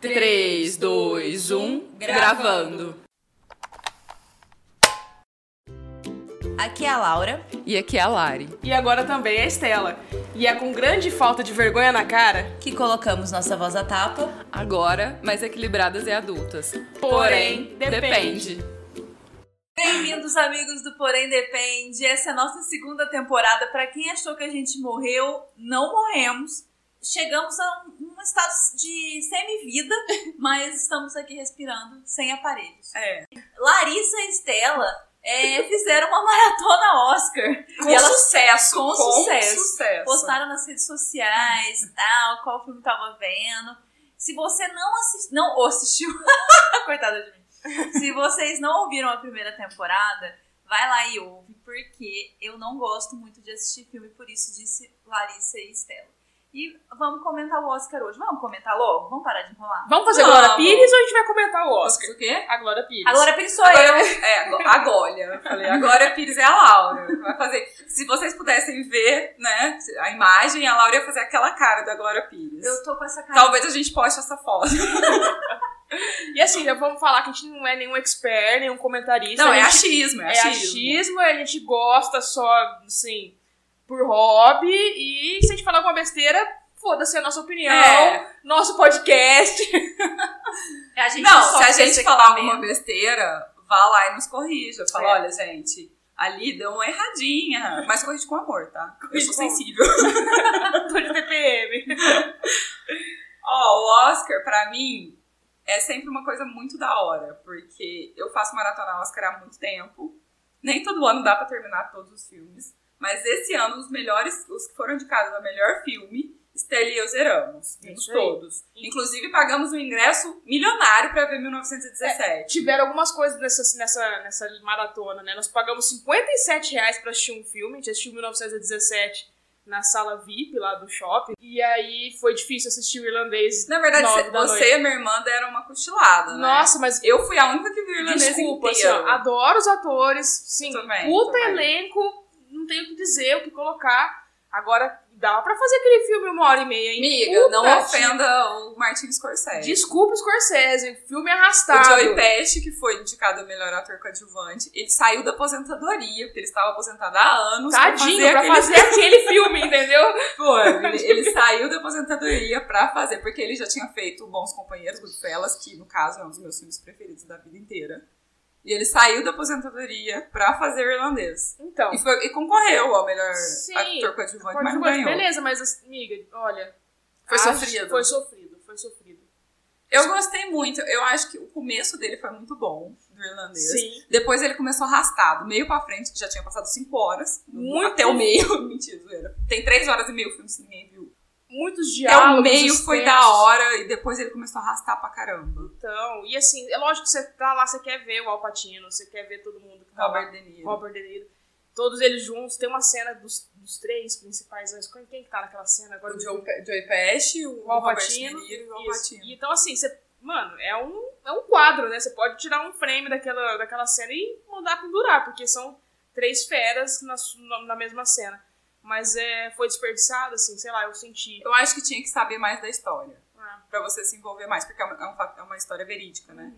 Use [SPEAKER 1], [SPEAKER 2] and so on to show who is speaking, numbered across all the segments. [SPEAKER 1] 3, 2, 1, gravando!
[SPEAKER 2] Aqui é a Laura.
[SPEAKER 1] E aqui é a Lari.
[SPEAKER 3] E agora também a Estela. E é com grande falta de vergonha na cara,
[SPEAKER 2] Que colocamos nossa voz à tapa.
[SPEAKER 1] Agora, mais equilibradas e adultas.
[SPEAKER 3] Porém, depende.
[SPEAKER 2] Bem-vindos, amigos do Porém Depende. Essa é a nossa segunda temporada. Pra quem achou que a gente morreu, não morremos. Chegamos a um, um estado de semivida, mas estamos aqui respirando sem aparelhos.
[SPEAKER 3] É.
[SPEAKER 2] Larissa e Estela é, fizeram uma maratona Oscar.
[SPEAKER 3] Com
[SPEAKER 2] E elas-
[SPEAKER 3] sucesso,
[SPEAKER 2] com sucesso.
[SPEAKER 3] sucesso.
[SPEAKER 2] Postaram nas redes sociais e tal, qual filme tava vendo. Se você não assistiu. Não ou assistiu. Coitada de mim. Se vocês não ouviram a primeira temporada, vai lá e ouve, porque eu não gosto muito de assistir filme, por isso disse Larissa e Estela. E vamos comentar o Oscar hoje. Vamos comentar logo? Vamos parar de enrolar?
[SPEAKER 3] Vamos fazer
[SPEAKER 2] Vamos.
[SPEAKER 3] Glória Pires ou a gente vai comentar o Oscar?
[SPEAKER 4] O quê?
[SPEAKER 3] A Glória Pires.
[SPEAKER 2] Agora Pires sou
[SPEAKER 4] Agora
[SPEAKER 2] eu.
[SPEAKER 4] eu, é, agora- a Glória. Eu falei, a Glória Pires é a Laura. Vai fazer. Se vocês pudessem ver, né, a imagem, a Laura ia fazer aquela cara da Glória Pires.
[SPEAKER 2] Eu tô com essa cara.
[SPEAKER 4] Talvez a gente poste essa foto.
[SPEAKER 3] E assim, já vamos falar que a gente não é nenhum expert, nenhum comentarista.
[SPEAKER 4] Não, é
[SPEAKER 3] a gente
[SPEAKER 4] achismo, é
[SPEAKER 3] é
[SPEAKER 4] achismo.
[SPEAKER 3] achismo, a gente gosta só, assim, por hobby. E se a gente falar alguma besteira, foda-se a nossa opinião,
[SPEAKER 4] É.
[SPEAKER 3] nosso podcast.
[SPEAKER 2] É, a gente
[SPEAKER 4] Não,
[SPEAKER 2] só
[SPEAKER 4] se a
[SPEAKER 2] fez
[SPEAKER 4] gente
[SPEAKER 2] esse
[SPEAKER 4] falar
[SPEAKER 2] equipamento.
[SPEAKER 4] alguma besteira, vá lá e nos corrija. Fala,
[SPEAKER 3] É.
[SPEAKER 4] olha, gente, ali deu uma erradinha. Mas corrige com amor, tá? Eu sou
[SPEAKER 3] com amor.
[SPEAKER 4] sensível.
[SPEAKER 3] Tô de TPM.
[SPEAKER 4] Ó, o Oscar, pra mim, é sempre uma coisa muito da hora, porque eu faço maratona Oscar há muito tempo. Nem todo ano dá pra terminar todos os filmes. Mas esse ano, os melhores, os que foram indicados a melhor filme, Estela e eu zeramos.
[SPEAKER 3] É
[SPEAKER 4] Vimos
[SPEAKER 3] isso aí.
[SPEAKER 4] todos. Inclusive, pagamos um ingresso milionário pra ver 1917.
[SPEAKER 3] Tiveram algumas coisas nessa, nessa, nessa maratona, né? Nós pagamos 57 reais pra assistir um filme, a gente assistiu 1917 na sala VIP lá do shopping. E aí foi difícil assistir o irlandês.
[SPEAKER 4] Na verdade,
[SPEAKER 3] Nove
[SPEAKER 4] cê-
[SPEAKER 3] da
[SPEAKER 4] você e a minha irmã deram uma cochilada, né?
[SPEAKER 3] Nossa, mas
[SPEAKER 4] Eu fui a única que viu o irlandês
[SPEAKER 3] Desculpa, assim,
[SPEAKER 4] inteiro.
[SPEAKER 3] ó, adoro os atores, sim,
[SPEAKER 4] Também,
[SPEAKER 3] puta
[SPEAKER 4] também.
[SPEAKER 3] elenco, não tenho o que dizer, o que colocar. Agora, dá pra fazer aquele filme uma hora e meia, hein?
[SPEAKER 4] Amiga,
[SPEAKER 3] Puta
[SPEAKER 4] não
[SPEAKER 3] que-
[SPEAKER 4] ofenda o Martin Scorsese.
[SPEAKER 3] Desculpa, Scorsese, filme
[SPEAKER 4] O
[SPEAKER 3] arrastado.
[SPEAKER 4] Joey Pesci, que foi indicado a melhor ator coadjuvante, ele saiu da aposentadoria, porque ele estava aposentado há anos.
[SPEAKER 3] Tadinho, pra
[SPEAKER 4] aquele
[SPEAKER 3] fazer aquele filme, entendeu?
[SPEAKER 4] filme. Ele, ele saiu da aposentadoria pra fazer, porque ele já tinha feito Bons Companheiros, Goodfellas, que no caso é um dos meus filmes preferidos da vida inteira. E ele saiu da aposentadoria pra fazer o irlandês.
[SPEAKER 3] Então,
[SPEAKER 4] E, foi- e concorreu ao melhor
[SPEAKER 3] Sim,
[SPEAKER 4] ator coadjuvante, mas não ganhou.
[SPEAKER 3] coadjuvante, beleza, mas assim, amiga, olha.
[SPEAKER 4] Foi
[SPEAKER 3] acho-
[SPEAKER 4] sofrido.
[SPEAKER 3] Foi sofrido, foi sofrido.
[SPEAKER 4] Eu gostei muito. Eu acho que o começo dele foi muito bom, do irlandês.
[SPEAKER 3] Sim.
[SPEAKER 4] Depois ele começou arrastado, meio pra frente, que já tinha passado 5 horas.
[SPEAKER 3] Muito.
[SPEAKER 4] Até o meio. Mentira, zoeira. Tem 3 horas e meio o filme, se ninguém viu.
[SPEAKER 3] Muitos
[SPEAKER 4] Até
[SPEAKER 3] diálogos.
[SPEAKER 4] É, o meio foi
[SPEAKER 3] extensos.
[SPEAKER 4] da hora e depois ele começou a arrastar pra caramba.
[SPEAKER 3] Então, e assim, é lógico que você tá lá, você quer ver o Alpatino, você quer ver todo mundo que tá lá.
[SPEAKER 4] Robert De Niro.
[SPEAKER 3] Robert De Niro. Todos eles juntos. Tem uma cena dos, dos três principais anjos. Quem, quem que tá naquela cena agora?
[SPEAKER 4] O Joe, Pe- Joe Pesci, o,
[SPEAKER 3] O Al
[SPEAKER 4] Robert
[SPEAKER 3] Pacino,
[SPEAKER 4] De Niro e o Al
[SPEAKER 3] Isso.
[SPEAKER 4] Pacino.
[SPEAKER 3] E Então, assim, você. Mano, é um, é um quadro, né? Você pode tirar um frame daquela, daquela cena e mandar pendurar, porque são três feras na, su- na- na mesma cena. Mas é, foi desperdiçado, assim, sei lá, eu senti.
[SPEAKER 4] Eu acho que tinha que saber mais da história.
[SPEAKER 3] Ah.
[SPEAKER 4] Pra você se envolver mais, porque é uma, é um fato- é uma história verídica, né?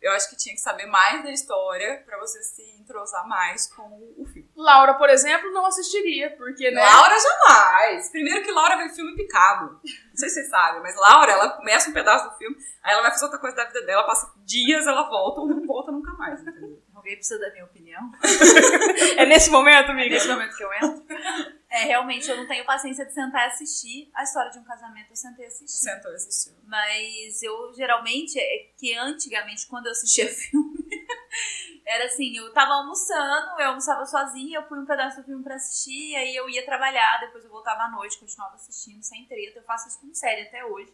[SPEAKER 4] Eu acho que tinha que saber mais da história pra você se entrosar mais com o- o filme.
[SPEAKER 3] Laura, por exemplo, não assistiria, porque, né?
[SPEAKER 4] Laura jamais. Primeiro que Laura vê filme picado. Não sei se vocês sabem, mas Laura, ela começa um pedaço do filme, aí ela vai fazer outra coisa da vida dela, passa dias, ela volta ou não volta nunca mais, entendeu?
[SPEAKER 2] Alguém precisa da minha opinião?
[SPEAKER 3] É nesse momento, amiga.
[SPEAKER 2] nesse momento que eu entro. É, realmente, eu não tenho paciência de sentar e assistir a história de um casamento, eu sentei e assisti.
[SPEAKER 4] Sentou e assistiu.
[SPEAKER 2] Mas eu, geralmente, é que antigamente, quando eu assistia filme, era assim, eu tava almoçando, eu almoçava sozinha, eu punha um pedaço do filme pra assistir, aí eu ia trabalhar, depois eu voltava à noite, continuava assistindo, sem treta. Eu faço isso com série até hoje,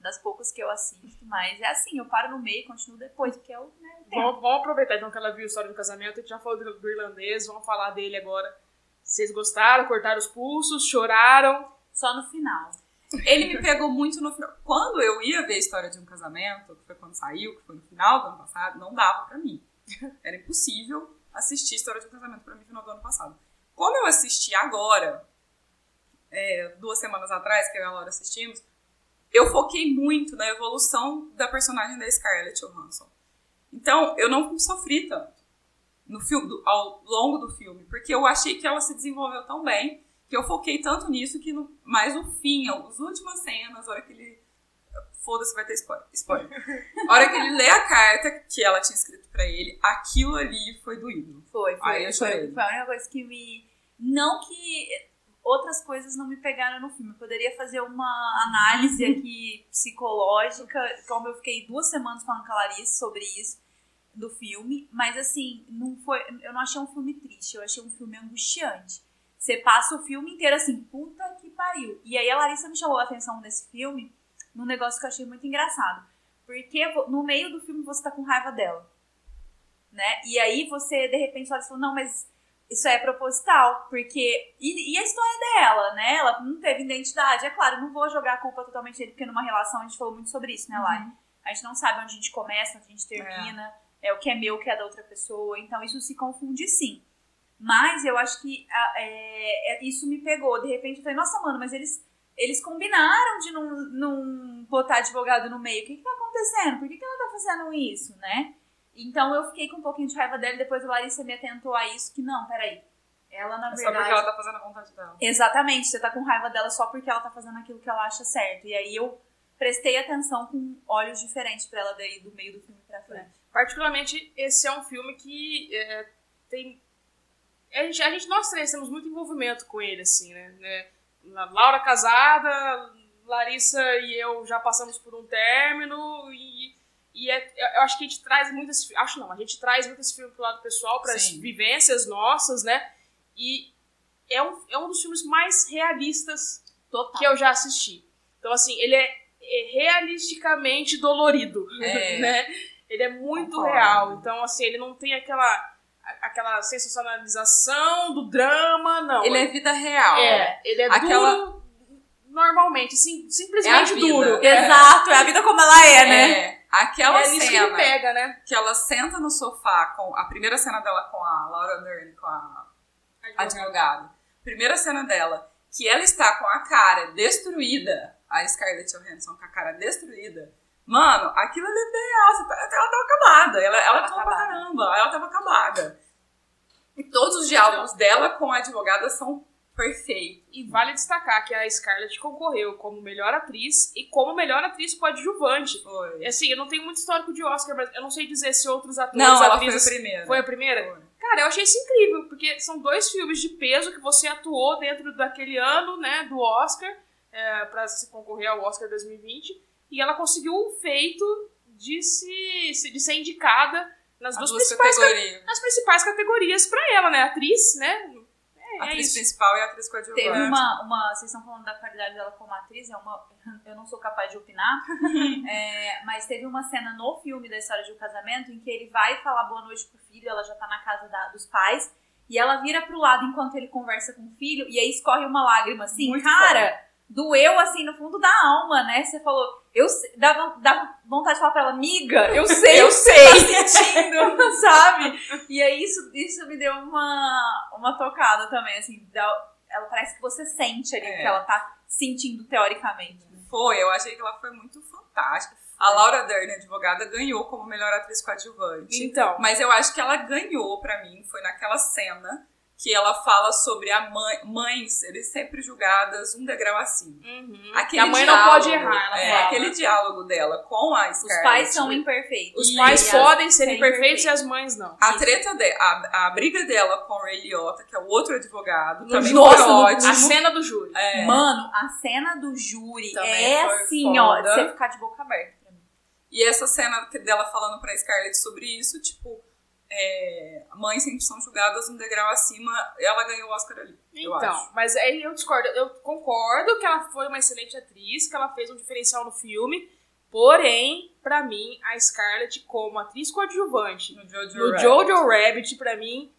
[SPEAKER 2] das poucas que eu assisto, mas é assim, eu paro no meio e continuo depois, porque eu, né, eu tenho.
[SPEAKER 3] Vamos, vamos aproveitar então que ela viu a história do casamento, a gente já falou do, do irlandês, vamos falar dele agora. Vocês gostaram? Cortaram os pulsos? Choraram?
[SPEAKER 2] Só no final.
[SPEAKER 4] Ele me pegou muito no final. Quando eu ia ver a história de um casamento, que foi quando saiu, que foi no final do ano passado, não dava pra mim. Era impossível assistir a história de um casamento pra mim no final do ano passado. Como eu assisti agora, é, duas semanas atrás, que eu e a Laura assistimos, eu foquei muito na evolução da personagem da Scarlett Johansson. Então, eu não sofri tanto no filme, do- ao longo do filme, porque eu achei que ela se desenvolveu tão bem que eu foquei tanto nisso que no, mais o fim, as últimas cenas, a hora que ele. Foda-se, vai ter spoiler. spoiler. A hora que ele lê a carta que ela tinha escrito pra ele, aquilo ali foi do ídolo.
[SPEAKER 2] Foi, foi.
[SPEAKER 4] Aí eu
[SPEAKER 2] foi,
[SPEAKER 4] chorei.
[SPEAKER 2] foi a única coisa que me. Não que outras coisas não me pegaram no filme. Eu poderia fazer uma análise aqui psicológica, como eu fiquei duas semanas falando com a Clarice sobre isso do filme, mas assim, não foi, eu não achei um filme triste, eu achei um filme angustiante. Você passa o filme inteiro assim, puta que pariu. E aí a Larissa me chamou a atenção nesse filme, num negócio que eu achei muito engraçado. Porque vo- no meio do filme você tá com raiva dela né? E aí você, de repente, olha e fala, não, mas isso é proposital, porque... E, e a história dela, né? Ela não teve identidade. É claro, não vou jogar a culpa totalmente nele, porque numa relação a gente falou muito sobre isso, né, Lari? A gente não sabe onde a gente começa, onde a gente termina, é. o que é meu, o que é da outra pessoa. Então, isso se confunde sim. Mas eu acho que a- é, é, isso me pegou. De repente, eu falei, nossa, mano, mas eles... Eles combinaram de não, não botar advogado no meio. O que, que tá acontecendo? Por que, que ela tá fazendo isso, né? Então eu fiquei com um pouquinho de raiva dela e depois a Larissa me atentou a isso, que não, peraí. Ela, na
[SPEAKER 4] É só
[SPEAKER 2] verdade.
[SPEAKER 4] porque ela tá fazendo a vontade dela.
[SPEAKER 2] Exatamente, você tá com raiva dela só porque ela tá fazendo aquilo que ela acha certo. E aí eu prestei atenção com olhos diferentes pra ela daí do meio do filme pra frente.
[SPEAKER 3] Particularmente, esse é um filme que é, tem. A gente, a gente, nós três temos muito envolvimento com ele, assim, né? né? La- Laura casada, Larissa e eu já passamos por um término, e, e é- eu acho que a gente traz muitas. Acho não, a gente traz muitas filmes pro lado pessoal, para as
[SPEAKER 4] Sim.
[SPEAKER 3] vivências nossas, né? E é um, é um dos filmes mais realistas
[SPEAKER 2] Total.
[SPEAKER 3] que eu já assisti. Então, assim, ele é, é realisticamente dolorido,
[SPEAKER 4] É.
[SPEAKER 3] né? Ele é muito
[SPEAKER 4] Concordo.
[SPEAKER 3] real. Então, assim, ele não tem aquela, a- aquela sensacionalização do drama, não.
[SPEAKER 4] Ele é vida real.
[SPEAKER 3] é, ele é
[SPEAKER 4] Aquela-
[SPEAKER 3] duro normalmente, sim, simplesmente
[SPEAKER 4] É a vida.
[SPEAKER 3] duro.
[SPEAKER 2] Exato, é a vida como ela é, né?
[SPEAKER 4] É, aquela
[SPEAKER 3] É isso que
[SPEAKER 4] cena
[SPEAKER 3] ele pega, né?
[SPEAKER 4] que ela senta no sofá com a primeira cena dela com a Laura Dern, com a advogada. Primeira cena dela, que ela está com a cara destruída, a Scarlett Johansson com a cara destruída. Mano, aquilo ali é ideal, você tá- ela tava acabada, ela, ela
[SPEAKER 2] Tava
[SPEAKER 4] tava pra
[SPEAKER 2] acabada.
[SPEAKER 4] caramba, ela tava acabada. E todos os diálogos dela com a advogada são perfeitos.
[SPEAKER 3] E vale destacar que a Scarlett concorreu como melhor atriz e como melhor atriz coadjuvante.
[SPEAKER 4] Foi.
[SPEAKER 3] E, Assim, eu não tenho muito histórico de Oscar, mas eu não sei dizer se outros atores
[SPEAKER 4] Não, ela foi a
[SPEAKER 3] atrizes
[SPEAKER 4] primeira.
[SPEAKER 3] Foi a primeira? Cara, eu achei isso incrível, porque são dois filmes de peso que você atuou dentro daquele ano, né, do Oscar, é, para se concorrer ao Oscar 2020, e ela conseguiu o feito de, se, se- de ser indicada nas
[SPEAKER 4] As
[SPEAKER 3] duas,
[SPEAKER 4] duas
[SPEAKER 3] principais, ca-
[SPEAKER 4] categorias.
[SPEAKER 3] nas principais categorias pra ela, né, atriz, né, é, é
[SPEAKER 4] atriz
[SPEAKER 3] isso.
[SPEAKER 4] principal e atriz coadjuvante.
[SPEAKER 2] Teve uma, uma. Vocês estão falando da qualidade dela como atriz, é uma, eu não sou capaz de opinar. É, mas teve uma cena no filme da história de um casamento em que ele vai falar boa noite pro filho, ela já tá na casa da- dos pais, e ela vira pro lado enquanto ele conversa com o filho, e aí escorre uma lágrima assim,
[SPEAKER 4] Muito
[SPEAKER 2] cara. Doeu assim no fundo da alma, né? Você falou, eu se- dá, von- dá vontade de falar pra ela, amiga, eu sei, eu sei, tá sentindo, sabe? E aí isso, isso me deu uma, uma tocada também, assim, dá- ela parece que você sente ali o
[SPEAKER 4] É.
[SPEAKER 2] que ela tá sentindo teoricamente. né?
[SPEAKER 4] Foi, eu achei que ela foi muito fantástica. A Laura Dern, advogada, ganhou como melhor atriz coadjuvante.
[SPEAKER 3] Então,
[SPEAKER 4] Mas eu acho que ela ganhou pra mim, foi naquela cena que ela fala sobre a mãe, mães, eles sempre julgadas um degrau acima.
[SPEAKER 3] uhum.
[SPEAKER 4] Aquele
[SPEAKER 3] a mãe não pode errar, ela
[SPEAKER 4] é,
[SPEAKER 3] fala.
[SPEAKER 4] aquele diálogo dela com a
[SPEAKER 2] Os
[SPEAKER 4] Scarlett.
[SPEAKER 2] pais são imperfeitos.
[SPEAKER 3] Os
[SPEAKER 4] E
[SPEAKER 3] pais
[SPEAKER 2] as-
[SPEAKER 3] podem ser
[SPEAKER 2] serem
[SPEAKER 3] imperfeitos e
[SPEAKER 2] perfeitos.
[SPEAKER 3] as mães não.
[SPEAKER 4] a treta dela, a, a briga dela com o Ray Liotta, que é o outro advogado, também
[SPEAKER 2] Nossa,
[SPEAKER 4] foi
[SPEAKER 2] no-
[SPEAKER 4] ótimo.
[SPEAKER 3] A cena do júri.
[SPEAKER 4] É.
[SPEAKER 2] Mano, a cena do júri
[SPEAKER 4] Também
[SPEAKER 2] é
[SPEAKER 4] foi
[SPEAKER 2] assim, ó, de
[SPEAKER 4] foda.
[SPEAKER 2] você ficar de boca aberta. pra mim.
[SPEAKER 4] E essa cena que- dela falando pra Scarlett sobre isso, tipo, é, mães sempre são julgadas um degrau acima, ela ganhou o Oscar ali. eu acho.
[SPEAKER 3] Então, mas aí eu discordo. Eu concordo que ela foi uma excelente atriz, que ela fez um diferencial no filme. Porém, pra mim, a Scarlett, como atriz coadjuvante
[SPEAKER 4] No Jojo
[SPEAKER 3] no
[SPEAKER 4] Rabbit.
[SPEAKER 3] Jojo Rabbit, pra mim,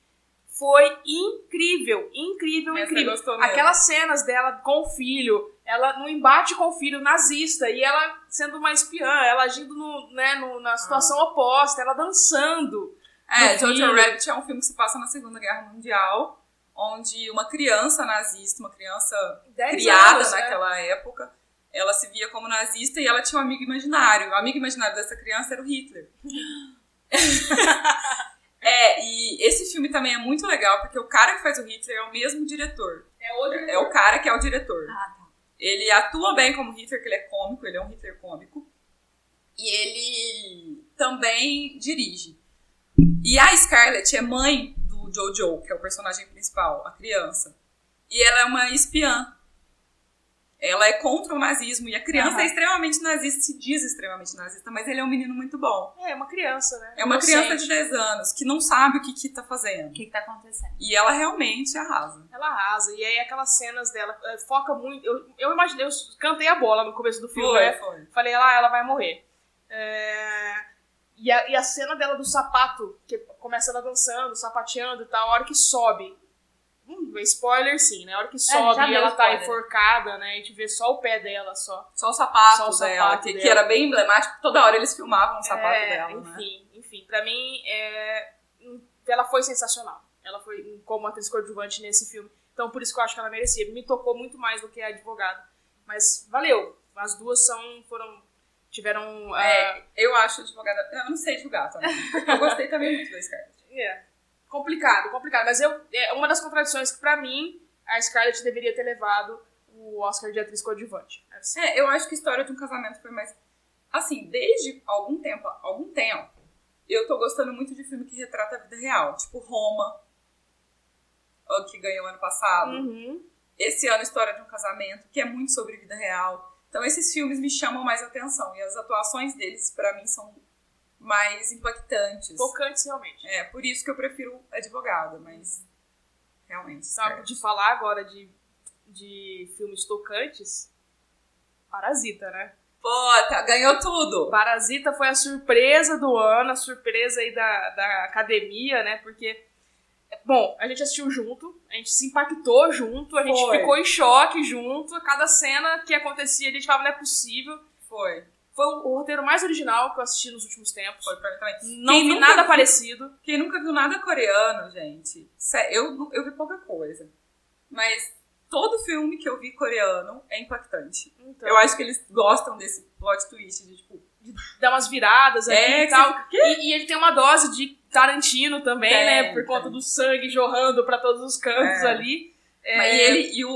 [SPEAKER 3] foi incrível, incrível,
[SPEAKER 4] Essa
[SPEAKER 3] incrível.
[SPEAKER 4] gostou mesmo.
[SPEAKER 3] Aquelas cenas dela com o filho, ela no embate com o filho nazista, e ela sendo uma espiã, ela agindo no, né, no-
[SPEAKER 4] Ah.
[SPEAKER 3] na situação oposta, ela dançando.
[SPEAKER 4] É,
[SPEAKER 3] no
[SPEAKER 4] Jojo
[SPEAKER 3] filme.
[SPEAKER 4] Rabbit é um filme que se passa na Segunda Guerra Mundial, onde uma criança nazista, uma criança
[SPEAKER 3] Dez
[SPEAKER 4] criada
[SPEAKER 3] anos, né?
[SPEAKER 4] naquela época, ela se via como nazista e ela tinha um amigo imaginário. O amigo imaginário dessa criança era o Hitler. é, e esse filme também é muito legal, porque o cara que faz o Hitler é o mesmo diretor.
[SPEAKER 3] É outro.
[SPEAKER 4] É o cara que é o diretor.
[SPEAKER 2] Ah, tá.
[SPEAKER 4] Ele atua bem como Hitler, que ele é cômico, ele é um Hitler cômico. E ele também dirige. E a Scarlett é mãe do Jojo, que é o personagem principal, a criança. E ela é uma espiã. Ela é contra o nazismo. E a criança
[SPEAKER 2] Aham.
[SPEAKER 4] é extremamente nazista, se diz extremamente nazista, mas ele é um menino muito bom.
[SPEAKER 3] É, uma criança, né?
[SPEAKER 4] É uma
[SPEAKER 3] Inocente.
[SPEAKER 4] criança de 10 anos que não sabe o que, que tá
[SPEAKER 2] O
[SPEAKER 4] fazendo.
[SPEAKER 2] que que tá acontecendo?
[SPEAKER 4] E ela realmente arrasa.
[SPEAKER 3] Ela arrasa. E aí aquelas cenas dela eh, foca muito. Eu, eu imaginei, eu cantei a bola no começo do filme, né?
[SPEAKER 4] foi.
[SPEAKER 3] Falei, lá, ela vai morrer. É, E, a, e a cena dela do sapato, que começa ela dançando, sapateando e tal, a hora que sobe. Hum, spoiler sim, né? A hora que sobe
[SPEAKER 2] É, já
[SPEAKER 3] e
[SPEAKER 2] deu
[SPEAKER 3] ela tá
[SPEAKER 2] spoiler.
[SPEAKER 3] enforcada, né? A gente vê só o pé dela só.
[SPEAKER 4] Só o sapato,
[SPEAKER 3] Só o
[SPEAKER 4] dela,
[SPEAKER 3] sapato
[SPEAKER 4] que, que
[SPEAKER 3] dela.
[SPEAKER 4] era bem emblemático. Toda hora eles filmavam o sapato
[SPEAKER 3] É,
[SPEAKER 4] dela, né?
[SPEAKER 3] enfim, enfim. Pra mim, é, ela foi sensacional. Ela foi como atriz coadjuvante nesse filme. Então, por isso que eu acho que ela merecia. Me tocou muito mais do que a advogada. Mas valeu. As duas são, foram, tiveram... ah,
[SPEAKER 4] É, eu acho advogada. Eu não sei julgar também. Eu gostei também muito da Scarlett.
[SPEAKER 3] É. Complicado, complicado. Mas eu, é uma das contradições que, pra mim, a Scarlett deveria ter levado o Oscar de atriz coadjuvante. Assim.
[SPEAKER 4] É, eu acho que a história de um casamento foi mais. Assim, desde algum tempo, algum tempo, eu tô gostando muito de filme que retrata a vida real. Tipo Roma, ó, que ganhou ano passado.
[SPEAKER 3] Uhum.
[SPEAKER 4] Esse ano, História de um Casamento, que é muito sobre vida real. Então, esses filmes me chamam mais atenção. E as atuações deles, pra mim, são mais impactantes.
[SPEAKER 3] Tocantes, realmente.
[SPEAKER 4] É, por isso que eu prefiro advogada, mas realmente.
[SPEAKER 3] Sabe, de falar agora de, de filmes tocantes, Parasita, né?
[SPEAKER 4] Pô, tá, ganhou tudo!
[SPEAKER 3] Parasita foi a surpresa do ano, a surpresa aí da, da academia, né? Porque, é, bom, a gente assistiu junto, a gente se impactou junto, a gente
[SPEAKER 4] Foi.
[SPEAKER 3] ficou em choque junto. A cada cena que acontecia, a gente falava, não é possível.
[SPEAKER 4] Foi,
[SPEAKER 3] Foi o roteiro mais original que eu assisti nos últimos tempos.
[SPEAKER 4] foi pra mim também.
[SPEAKER 3] Não
[SPEAKER 4] Quem
[SPEAKER 3] vi
[SPEAKER 4] nunca
[SPEAKER 3] nada
[SPEAKER 4] viu-
[SPEAKER 3] parecido.
[SPEAKER 4] Quem nunca viu nada coreano, gente, sé- eu, eu vi pouca coisa. Mas todo filme que eu vi coreano é impactante.
[SPEAKER 3] Então,
[SPEAKER 4] Eu acho que eles gostam desse plot twist de tipo.
[SPEAKER 3] dá umas viradas ali
[SPEAKER 4] É,
[SPEAKER 3] e
[SPEAKER 4] que
[SPEAKER 3] tal. E, e ele tem uma dose de Tarantino também,
[SPEAKER 4] Tem,
[SPEAKER 3] né? Por conta
[SPEAKER 4] tem.
[SPEAKER 3] do sangue jorrando pra todos os cantos
[SPEAKER 4] É.
[SPEAKER 3] ali. É,
[SPEAKER 4] Mas ele e o,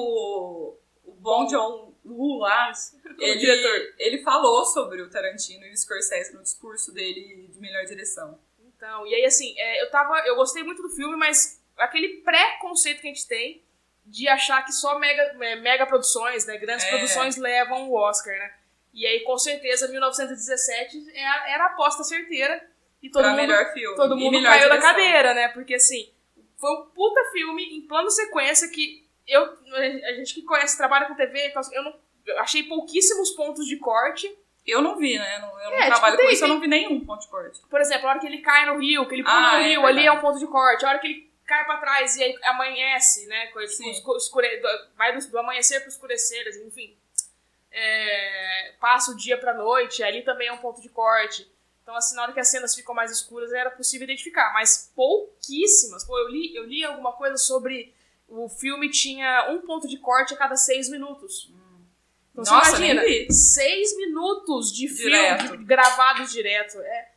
[SPEAKER 4] o Bong Joon-woo lá, ele,
[SPEAKER 3] diretor.
[SPEAKER 4] ele falou sobre o Tarantino e o Scorsese no discurso dele de melhor direção.
[SPEAKER 3] Então, e aí assim, é, eu tava. Eu gostei muito do filme, mas aquele pré-conceito que a gente tem de achar que só mega, é, mega produções, né? Grandes
[SPEAKER 4] É.
[SPEAKER 3] produções levam o Oscar, né? E aí, com certeza, 1917 é a- era a aposta certeira. E todo
[SPEAKER 4] pra
[SPEAKER 3] mundo
[SPEAKER 4] melhor filme.
[SPEAKER 3] todo
[SPEAKER 4] e
[SPEAKER 3] mundo
[SPEAKER 4] melhor
[SPEAKER 3] caiu da
[SPEAKER 4] direção.
[SPEAKER 3] cadeira, né? Porque assim, foi um puta filme em plano sequência que eu a gente que conhece, trabalha com TV, e tal, eu não eu achei pouquíssimos pontos de corte.
[SPEAKER 4] Eu não vi, né? Eu não, eu não
[SPEAKER 3] É, tipo,
[SPEAKER 4] trabalho
[SPEAKER 3] tem-
[SPEAKER 4] com isso, eu não vi nenhum ponto de corte.
[SPEAKER 3] Por exemplo, a hora que ele cai no rio, que ele pula
[SPEAKER 4] Ah,
[SPEAKER 3] no
[SPEAKER 4] é
[SPEAKER 3] rio,
[SPEAKER 4] verdade.
[SPEAKER 3] ali é um ponto de corte. A hora que ele cai pra trás e aí amanhece, né? Coisa, tipo,
[SPEAKER 4] Sim.
[SPEAKER 3] escu- escure- do- vai do, do amanhecer pro escurecer, assim, enfim. É, passa o dia pra noite, ali também é um ponto de corte. Então, assim, na hora que as cenas ficam mais escuras, era possível identificar, mas pouquíssimas. Pô, eu li, eu li alguma coisa sobre o filme tinha um ponto de corte a cada seis minutos. Então,
[SPEAKER 4] Hum. Nossa,
[SPEAKER 3] você imagina,
[SPEAKER 4] nem vi.
[SPEAKER 3] seis minutos de filme
[SPEAKER 4] Direto.
[SPEAKER 3] de- gravado direto. É,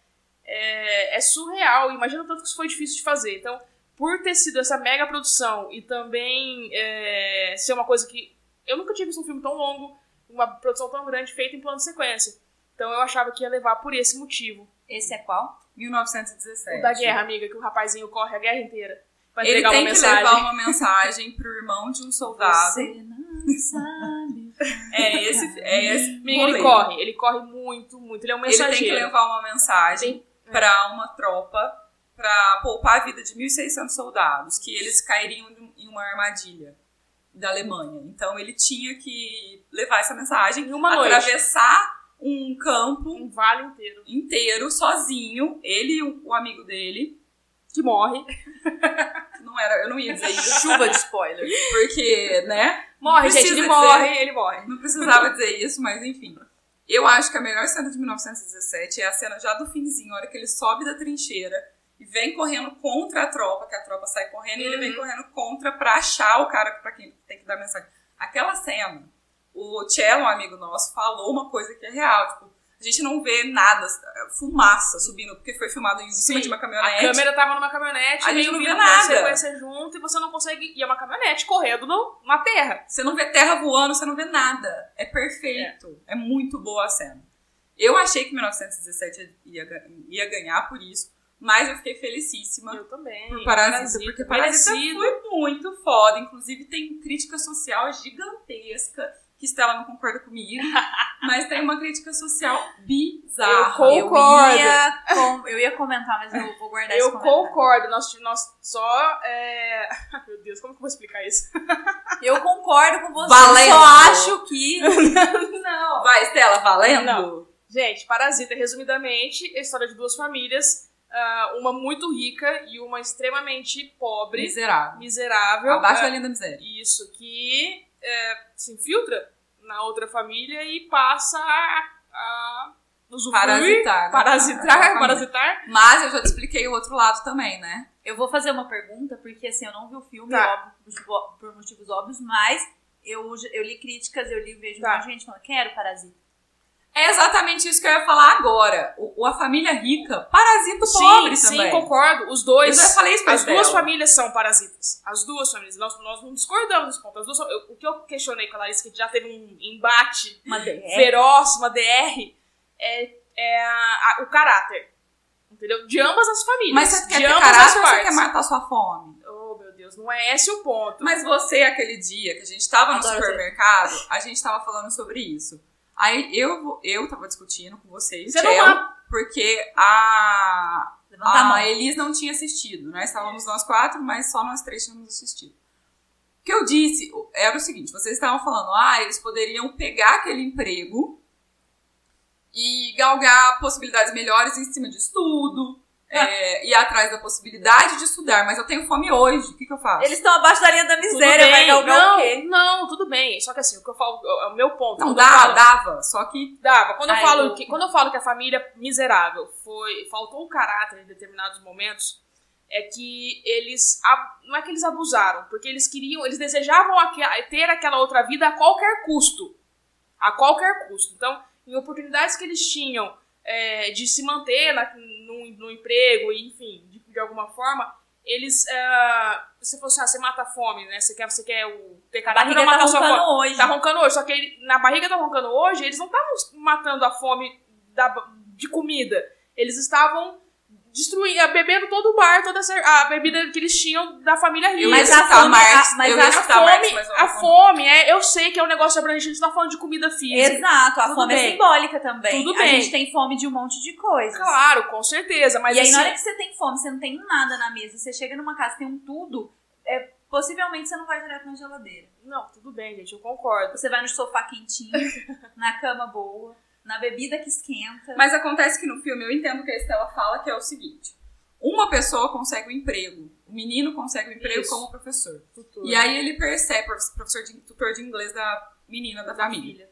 [SPEAKER 3] é, é surreal. Imagina o tanto que isso foi difícil de fazer. Então, por ter sido essa mega produção e também é, ser uma coisa que. Eu nunca tinha visto um filme tão longo, uma produção tão grande feita em plano de sequência. Então eu achava que ia levar por esse motivo.
[SPEAKER 2] Esse é qual?
[SPEAKER 4] 1917.
[SPEAKER 3] O da guerra, amiga, que o rapazinho corre a guerra inteira pra
[SPEAKER 4] Ele
[SPEAKER 3] entregar
[SPEAKER 4] tem
[SPEAKER 3] uma
[SPEAKER 4] que
[SPEAKER 3] mensagem.
[SPEAKER 4] levar uma mensagem pro irmão de um soldado.
[SPEAKER 2] Você não sabe.
[SPEAKER 4] É esse, é esse
[SPEAKER 3] Amiga, ele
[SPEAKER 4] rolê.
[SPEAKER 3] corre, ele corre muito, muito. Ele é um
[SPEAKER 4] Ele tem
[SPEAKER 3] mensageiro.
[SPEAKER 4] que levar uma mensagem pra uma tropa pra poupar a vida de 1.600 soldados, que eles cairiam em- em uma armadilha da Alemanha. Então ele tinha que levar essa mensagem,
[SPEAKER 3] Em uma noite.
[SPEAKER 4] atravessar um campo
[SPEAKER 3] Um vale inteiro.
[SPEAKER 4] inteiro sozinho, ele e o- o amigo dele.
[SPEAKER 3] Que morre.
[SPEAKER 4] Não era, eu não ia dizer isso,
[SPEAKER 2] Chuva de spoiler.
[SPEAKER 4] porque, né?
[SPEAKER 3] Morre,
[SPEAKER 4] Não
[SPEAKER 3] gente,
[SPEAKER 4] precisa
[SPEAKER 3] ele
[SPEAKER 4] dizer.
[SPEAKER 3] morre, ele morre.
[SPEAKER 4] Não precisava dizer isso, mas enfim. Eu acho que a melhor cena de 1917 é a cena já do finzinho, a hora que ele sobe da trincheira e vem correndo contra a tropa, que a tropa sai
[SPEAKER 3] Uhum.
[SPEAKER 4] correndo e ele vem correndo contra pra achar o cara pra quem tem que dar mensagem. Aquela cena o Cello, um amigo nosso, falou uma coisa que é real. Tipo, a gente não vê nada, fumaça subindo, porque foi filmado em cima
[SPEAKER 3] Sim,
[SPEAKER 4] de uma
[SPEAKER 3] A
[SPEAKER 4] caminhonete.
[SPEAKER 3] câmera tava numa caminhonete,
[SPEAKER 4] A
[SPEAKER 3] meio
[SPEAKER 4] gente não vê
[SPEAKER 3] vindo
[SPEAKER 4] nada.
[SPEAKER 3] Você conhecer junto e você não consegue. E é uma caminhonete correndo no- na terra.
[SPEAKER 4] Você não vê terra voando, você não vê nada. É perfeito. É, muito boa a cena. Eu achei que 1917 ia, ga- ia ganhar por isso, mas eu fiquei felicíssima
[SPEAKER 3] Eu também.
[SPEAKER 4] Uhum. por Parasita, porque Parasita
[SPEAKER 3] merecido.
[SPEAKER 4] foi muito foda. Inclusive, tem crítica social gigantesca, que Stella não concorda comigo, mas tem uma crítica social bizarra.
[SPEAKER 3] Eu Concordo.
[SPEAKER 2] Eu ia, com- eu ia comentar, mas eu vou guardar esse
[SPEAKER 3] Eu
[SPEAKER 2] comentário.
[SPEAKER 3] concordo, nós, nós só. É... Meu Deus, como que eu vou explicar isso?
[SPEAKER 2] Eu concordo com você.
[SPEAKER 4] Valendo.
[SPEAKER 2] Eu só acho que.
[SPEAKER 4] Não. Vai, Stella, valendo?
[SPEAKER 3] Não. Gente, Parasita, resumidamente, é a história de duas famílias, ah, uma muito rica e uma extremamente pobre,
[SPEAKER 4] Miserável.
[SPEAKER 3] miserável.
[SPEAKER 4] Abaixo
[SPEAKER 3] ah,
[SPEAKER 4] da linha da miséria.
[SPEAKER 3] Isso, que é, se infiltra na outra família e passa a, a usufruir,
[SPEAKER 4] Parasitar, né?
[SPEAKER 3] parasitar,
[SPEAKER 4] Ah,
[SPEAKER 3] parasitar.
[SPEAKER 4] Mas eu já te expliquei o outro lado também, né?
[SPEAKER 2] Eu vou fazer uma pergunta, porque assim, eu não vi o filme,
[SPEAKER 3] Tá.
[SPEAKER 2] óbvio, por- tipo, por motivos óbvios, mas eu, eu li críticas, eu li vejo
[SPEAKER 3] Tá.
[SPEAKER 2] muita gente falando, quero Parasita.
[SPEAKER 4] É exatamente isso que eu ia falar agora. O, o- a família rica, parasita o
[SPEAKER 3] Sim,
[SPEAKER 4] pobre
[SPEAKER 3] sim,
[SPEAKER 4] também. é
[SPEAKER 3] concordo. Os
[SPEAKER 4] eu
[SPEAKER 3] dois,
[SPEAKER 4] já falei isso pra
[SPEAKER 3] as duas
[SPEAKER 4] Estela.
[SPEAKER 3] famílias são parasitas. As duas famílias. Nós, nós não discordamos nesse ponto. As duas são- eu- o que eu questionei com a Larissa, que já teve um embate
[SPEAKER 2] Uma
[SPEAKER 4] É.
[SPEAKER 2] DR.
[SPEAKER 3] feroz, uma DR, é, é a- a- o caráter. Entendeu? De ambas as famílias.
[SPEAKER 4] Mas você
[SPEAKER 3] de
[SPEAKER 4] quer ter
[SPEAKER 3] ambas
[SPEAKER 4] caráter
[SPEAKER 3] as
[SPEAKER 4] ou você
[SPEAKER 3] partes.
[SPEAKER 4] quer matar sua fome?
[SPEAKER 3] Oh, meu Deus, não é esse o ponto.
[SPEAKER 4] Mas você, aquele dia que a gente tava no
[SPEAKER 2] Adoro
[SPEAKER 4] supermercado, a gente tava falando sobre isso. Aí eu, eu tava discutindo com você,
[SPEAKER 3] Você
[SPEAKER 4] Tchel,
[SPEAKER 3] não mata.
[SPEAKER 4] porque a,
[SPEAKER 2] Levanta a mão.
[SPEAKER 4] a Elis Ah, não tinha assistido. Nós estávamos nós quatro, mas só nós três tínhamos assistido. O que eu disse era o seguinte: vocês estavam falando, ah, eles poderiam pegar aquele emprego e galgar possibilidades melhores em cima de estudo,
[SPEAKER 2] Ah.
[SPEAKER 4] é, ir atrás da possibilidade de estudar, mas eu tenho fome hoje, o que, que eu faço?
[SPEAKER 2] Eles estão abaixo da linha da
[SPEAKER 3] Tudo
[SPEAKER 2] miséria,
[SPEAKER 3] bem,
[SPEAKER 2] vai galgar
[SPEAKER 3] não,
[SPEAKER 2] o quê?
[SPEAKER 3] Não, tudo bem. Só que assim, o que eu falo, é o meu ponto.
[SPEAKER 4] Não
[SPEAKER 3] Quando eu falo-
[SPEAKER 4] dava, dava, só que
[SPEAKER 3] Dava. Quando eu,
[SPEAKER 2] Ai,
[SPEAKER 3] falo
[SPEAKER 2] eu-
[SPEAKER 3] que, quando eu falo que a família é miserável foi. faltou o caráter em determinados momentos, é que eles. ab- Não é que eles abusaram, porque eles queriam. Eles desejavam aque- ter aquela outra vida a qualquer custo. A qualquer custo. Então, em oportunidades que eles tinham é, de se manter na, num, num emprego, enfim, de, de alguma forma, eles. ah, se fosse, ah, você mata a fome, né? Você quer, você quer o, ter
[SPEAKER 2] A
[SPEAKER 3] caráter ou
[SPEAKER 2] barriga tá
[SPEAKER 3] matar a sua fome?
[SPEAKER 2] roncando hoje.
[SPEAKER 3] Tá roncando hoje, só que ele- na barriga tá roncando hoje, eles não estavam matando a fome da- de comida. Eles estavam destruindo, eh, bebendo todo o bar, toda a cer- a bebida que eles tinham da família rica.
[SPEAKER 4] eu
[SPEAKER 2] Mas
[SPEAKER 4] ia
[SPEAKER 2] a
[SPEAKER 4] citar
[SPEAKER 2] fome-
[SPEAKER 4] Marx,
[SPEAKER 2] a- mas
[SPEAKER 4] eu ia
[SPEAKER 2] a
[SPEAKER 4] citar Marx,
[SPEAKER 3] fome,
[SPEAKER 4] mas eu
[SPEAKER 3] a
[SPEAKER 4] não-
[SPEAKER 3] fome, é, eu sei que é um negócio abrangente, a gente não tá falando de comida física.
[SPEAKER 2] Exato, a
[SPEAKER 3] Tudo
[SPEAKER 2] fome
[SPEAKER 3] bem.
[SPEAKER 2] é simbólica também.
[SPEAKER 3] Tudo
[SPEAKER 2] A
[SPEAKER 3] bem.
[SPEAKER 2] gente tem fome de um monte de coisa.
[SPEAKER 3] Claro, com certeza, mas
[SPEAKER 2] e aí,
[SPEAKER 3] assim,
[SPEAKER 2] na hora que você tem fome, você não tem nada na mesa, você chega numa casa, tem um tudo, é, possivelmente você não vai direto na geladeira.
[SPEAKER 3] Não, tudo bem, gente, eu concordo.
[SPEAKER 2] Você vai no sofá quentinho, na cama boa, na bebida que esquenta.
[SPEAKER 4] Mas acontece que no filme, eu entendo que a Estela fala que é o seguinte: uma pessoa consegue um emprego, o menino consegue um emprego
[SPEAKER 3] Isso.
[SPEAKER 4] como professor.
[SPEAKER 3] Tudo.
[SPEAKER 4] E aí ele percebe, prof- professor de, tutor de inglês da menina da, família.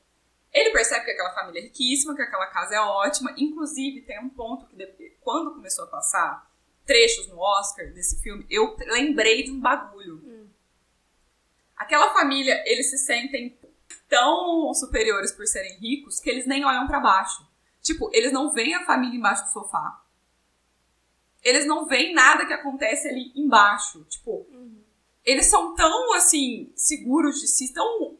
[SPEAKER 4] Ele percebe que aquela família é riquíssima, que aquela casa é ótima. Inclusive, tem um ponto que depois, quando começou a passar trechos no Oscar desse filme, eu lembrei de um bagulho. Aquela família, eles se sentem tão superiores por serem ricos que eles nem olham pra baixo. Tipo, eles não veem a família embaixo do sofá. Eles não veem nada que acontece ali embaixo. Tipo, eles são tão, assim, seguros de si, tão.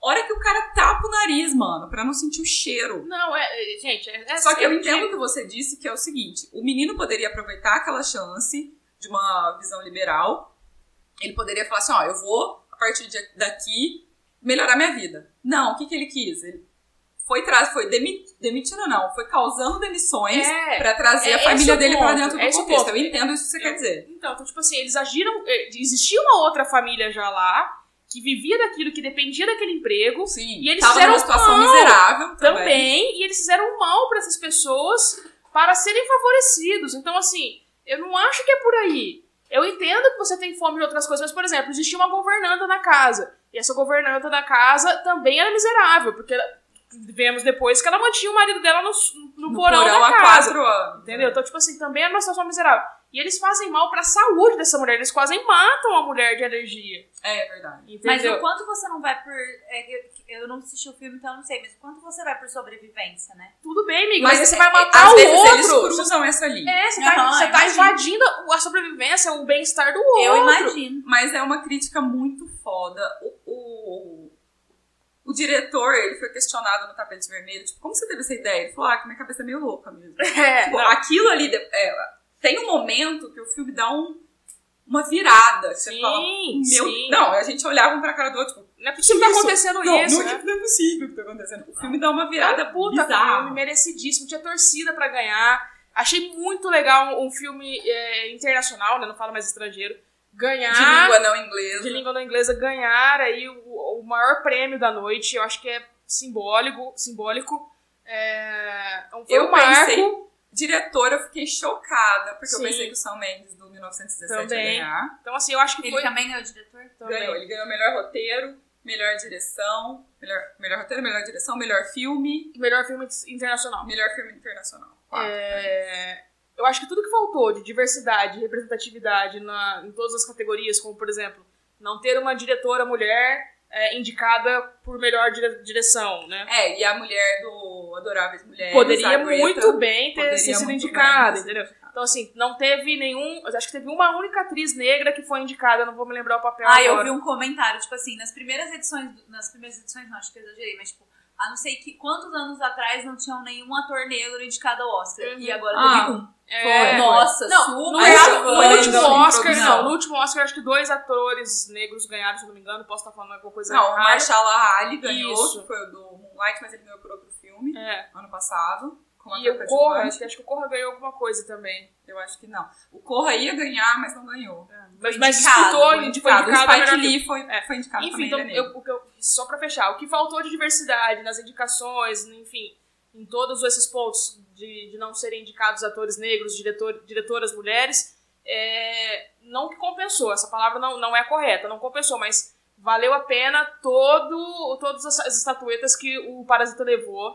[SPEAKER 4] Hora que o cara tapa o nariz, mano, pra não sentir o cheiro.
[SPEAKER 3] Não, é, é, gente, é, é-
[SPEAKER 4] Só que eu
[SPEAKER 3] é-
[SPEAKER 4] entendo o que você disse, que é o seguinte: o menino poderia aproveitar aquela chance de uma visão liberal. Ele poderia falar assim: ó, eu vou, a partir de- daqui, melhorar minha vida. Não, o que, que ele quis? Ele foi, tra- foi demi- demitindo, não, foi causando demissões
[SPEAKER 3] É,
[SPEAKER 4] pra trazer
[SPEAKER 3] é
[SPEAKER 4] a
[SPEAKER 3] esse
[SPEAKER 4] família
[SPEAKER 3] o
[SPEAKER 4] dele pra
[SPEAKER 3] ponto,
[SPEAKER 4] dentro do
[SPEAKER 3] é esse o
[SPEAKER 4] contexto.
[SPEAKER 3] ponto.
[SPEAKER 4] Eu entendo isso que você
[SPEAKER 3] Eu-
[SPEAKER 4] quer dizer.
[SPEAKER 3] Então, então, tipo assim, eles agiram. eh, Existia uma outra família já lá que vivia daquilo, que dependia daquele emprego
[SPEAKER 4] Sim,
[SPEAKER 3] E eles
[SPEAKER 4] tava
[SPEAKER 3] fizeram
[SPEAKER 4] numa situação
[SPEAKER 3] mal
[SPEAKER 4] miserável é, também.
[SPEAKER 3] também, e eles fizeram um mal pra essas pessoas para serem favorecidos. Então, assim, eu não acho que é por aí. Eu entendo que você tem fome de outras coisas, mas, por exemplo, existia uma governanta na casa. E essa governanta da casa também era miserável, porque ela- vemos depois que ela mantinha o marido dela no, no,
[SPEAKER 4] No
[SPEAKER 3] um porão, da
[SPEAKER 4] há
[SPEAKER 3] casa.
[SPEAKER 4] quatro anos.
[SPEAKER 3] Entendeu? Então, tipo assim, também é uma situação miserável. E eles fazem mal pra saúde dessa mulher. Eles quase matam a mulher de alergia.
[SPEAKER 4] É, é verdade.
[SPEAKER 2] Mas
[SPEAKER 3] Entendeu?
[SPEAKER 2] o quanto você não vai por. é, Eu, eu não assisti o filme, então eu não sei, mas o quanto você vai por sobrevivência, né?
[SPEAKER 3] Tudo bem, amiga. Mas,
[SPEAKER 4] Mas
[SPEAKER 3] você vai matar
[SPEAKER 4] Às
[SPEAKER 3] o
[SPEAKER 4] vezes
[SPEAKER 3] outro.
[SPEAKER 4] eles cruzam essa linha.
[SPEAKER 3] É, você tá,
[SPEAKER 2] Aham,
[SPEAKER 3] você tá
[SPEAKER 2] imagino.
[SPEAKER 3] invadindo a sobrevivência, o bem-estar do outro.
[SPEAKER 2] Eu imagino.
[SPEAKER 4] Mas é uma crítica muito foda. O, o, o diretor, ele foi questionado no tapete vermelho, tipo, como você teve essa ideia? Ele falou, ah, que minha cabeça é meio louca mesmo.
[SPEAKER 3] É,
[SPEAKER 4] Tipo,
[SPEAKER 3] não.
[SPEAKER 4] aquilo ali, de- é, tem um momento que o filme dá um- uma virada. que você
[SPEAKER 3] Sim,
[SPEAKER 4] fala, meu,
[SPEAKER 3] sim.
[SPEAKER 4] não, a gente olhava um pra cara do outro, tipo,
[SPEAKER 3] Não é possível que tá
[SPEAKER 4] isso?
[SPEAKER 3] acontecendo
[SPEAKER 4] não,
[SPEAKER 3] isso,
[SPEAKER 4] não,
[SPEAKER 3] né?
[SPEAKER 4] não é possível o que tá acontecendo. O filme dá uma
[SPEAKER 3] Cara,
[SPEAKER 4] virada
[SPEAKER 3] puta filme,
[SPEAKER 4] bizarra.
[SPEAKER 3] merecidíssimo. Tinha torcida pra ganhar. Achei muito legal um, um filme é, internacional, né? Não falo mais estrangeiro. Ganhar.
[SPEAKER 4] De língua não inglesa.
[SPEAKER 3] Ah, de língua não inglesa ganhar aí o, o maior prêmio da noite. Eu acho que é simbólico. simbólico. É, foi
[SPEAKER 4] Eu
[SPEAKER 3] um marco
[SPEAKER 4] pensei Diretora, eu fiquei chocada, porque
[SPEAKER 3] Sim.
[SPEAKER 4] eu pensei que o Sam Mendes do 1917
[SPEAKER 3] Também.
[SPEAKER 4] ia ganhar.
[SPEAKER 3] Então, assim, eu acho que
[SPEAKER 2] Ele
[SPEAKER 3] foi.
[SPEAKER 2] também é o diretor?
[SPEAKER 3] também.
[SPEAKER 4] tá Ganhou. Ele ganhou melhor roteiro, melhor direção, melhor, melhor roteiro, melhor direção, melhor filme,
[SPEAKER 3] Melhor filme internacional.
[SPEAKER 4] melhor filme internacional. Quatro.
[SPEAKER 3] É, eu acho que tudo que faltou de diversidade, representatividade na, em todas as categorias, como por exemplo, não ter uma diretora mulher é, indicada por melhor dire- direção, né?
[SPEAKER 4] É, e a mulher do Adoráveis Mulheres. a
[SPEAKER 3] Poderia
[SPEAKER 4] Greta,
[SPEAKER 3] muito bem ter
[SPEAKER 4] É, poderia
[SPEAKER 3] sido
[SPEAKER 4] muito
[SPEAKER 3] indicada,
[SPEAKER 4] bem ter sido
[SPEAKER 3] entendeu?
[SPEAKER 4] indicada.
[SPEAKER 3] Então, assim, não teve nenhum. eu Acho que teve uma única atriz negra que foi indicada, eu não vou me lembrar o papel.
[SPEAKER 2] Ah, eu
[SPEAKER 3] agora.
[SPEAKER 2] vi um comentário, tipo assim, nas primeiras edições, do- nas primeiras edições não, acho que eu exagerei, mas tipo, há não sei que, quantos anos atrás não tinham nenhum ator negro indicado ao Oscar,
[SPEAKER 3] Uhum.
[SPEAKER 2] e agora
[SPEAKER 4] Ah,
[SPEAKER 2] teve um.
[SPEAKER 3] É.
[SPEAKER 2] Nossa,
[SPEAKER 3] Não,
[SPEAKER 2] super
[SPEAKER 3] no, real,
[SPEAKER 4] foi
[SPEAKER 3] no
[SPEAKER 4] legal,
[SPEAKER 3] último
[SPEAKER 4] então,
[SPEAKER 3] Oscar,
[SPEAKER 4] produção.
[SPEAKER 3] não. No último Oscar, acho que dois atores negros ganharam, se eu não me engano. Posso estar falando alguma coisa
[SPEAKER 4] Não, o
[SPEAKER 3] errada.
[SPEAKER 4] Marshala Ali ganhou,
[SPEAKER 3] Isso.
[SPEAKER 4] que foi o do Moonlight, mas ele ganhou por outro filme,
[SPEAKER 3] É.
[SPEAKER 4] ano passado. com
[SPEAKER 3] E
[SPEAKER 4] ator
[SPEAKER 3] o Corra,
[SPEAKER 4] coadjuvante.
[SPEAKER 3] acho que, acho que o Corra ganhou alguma coisa também.
[SPEAKER 4] Eu acho que não. O Corra ia ganhar, mas não ganhou.
[SPEAKER 3] Mas, mas
[SPEAKER 2] indicado,
[SPEAKER 3] disputou,
[SPEAKER 4] Foi
[SPEAKER 3] foi indicado.
[SPEAKER 4] O
[SPEAKER 3] a melhor
[SPEAKER 4] Spike
[SPEAKER 3] filme.
[SPEAKER 4] Lee foi,
[SPEAKER 3] É.
[SPEAKER 4] foi indicado
[SPEAKER 3] Enfim,
[SPEAKER 4] também.
[SPEAKER 3] então,
[SPEAKER 4] ele é
[SPEAKER 3] eu-
[SPEAKER 4] negro.
[SPEAKER 3] o que eu- só pra fechar, o que faltou de diversidade nas indicações, enfim, em todos esses pontos de, de não serem indicados atores negros, diretor, diretoras mulheres, é, não que compensou, essa palavra não, não é correta, não compensou, mas valeu a pena todo, todas as, as estatuetas que o Parasita levou,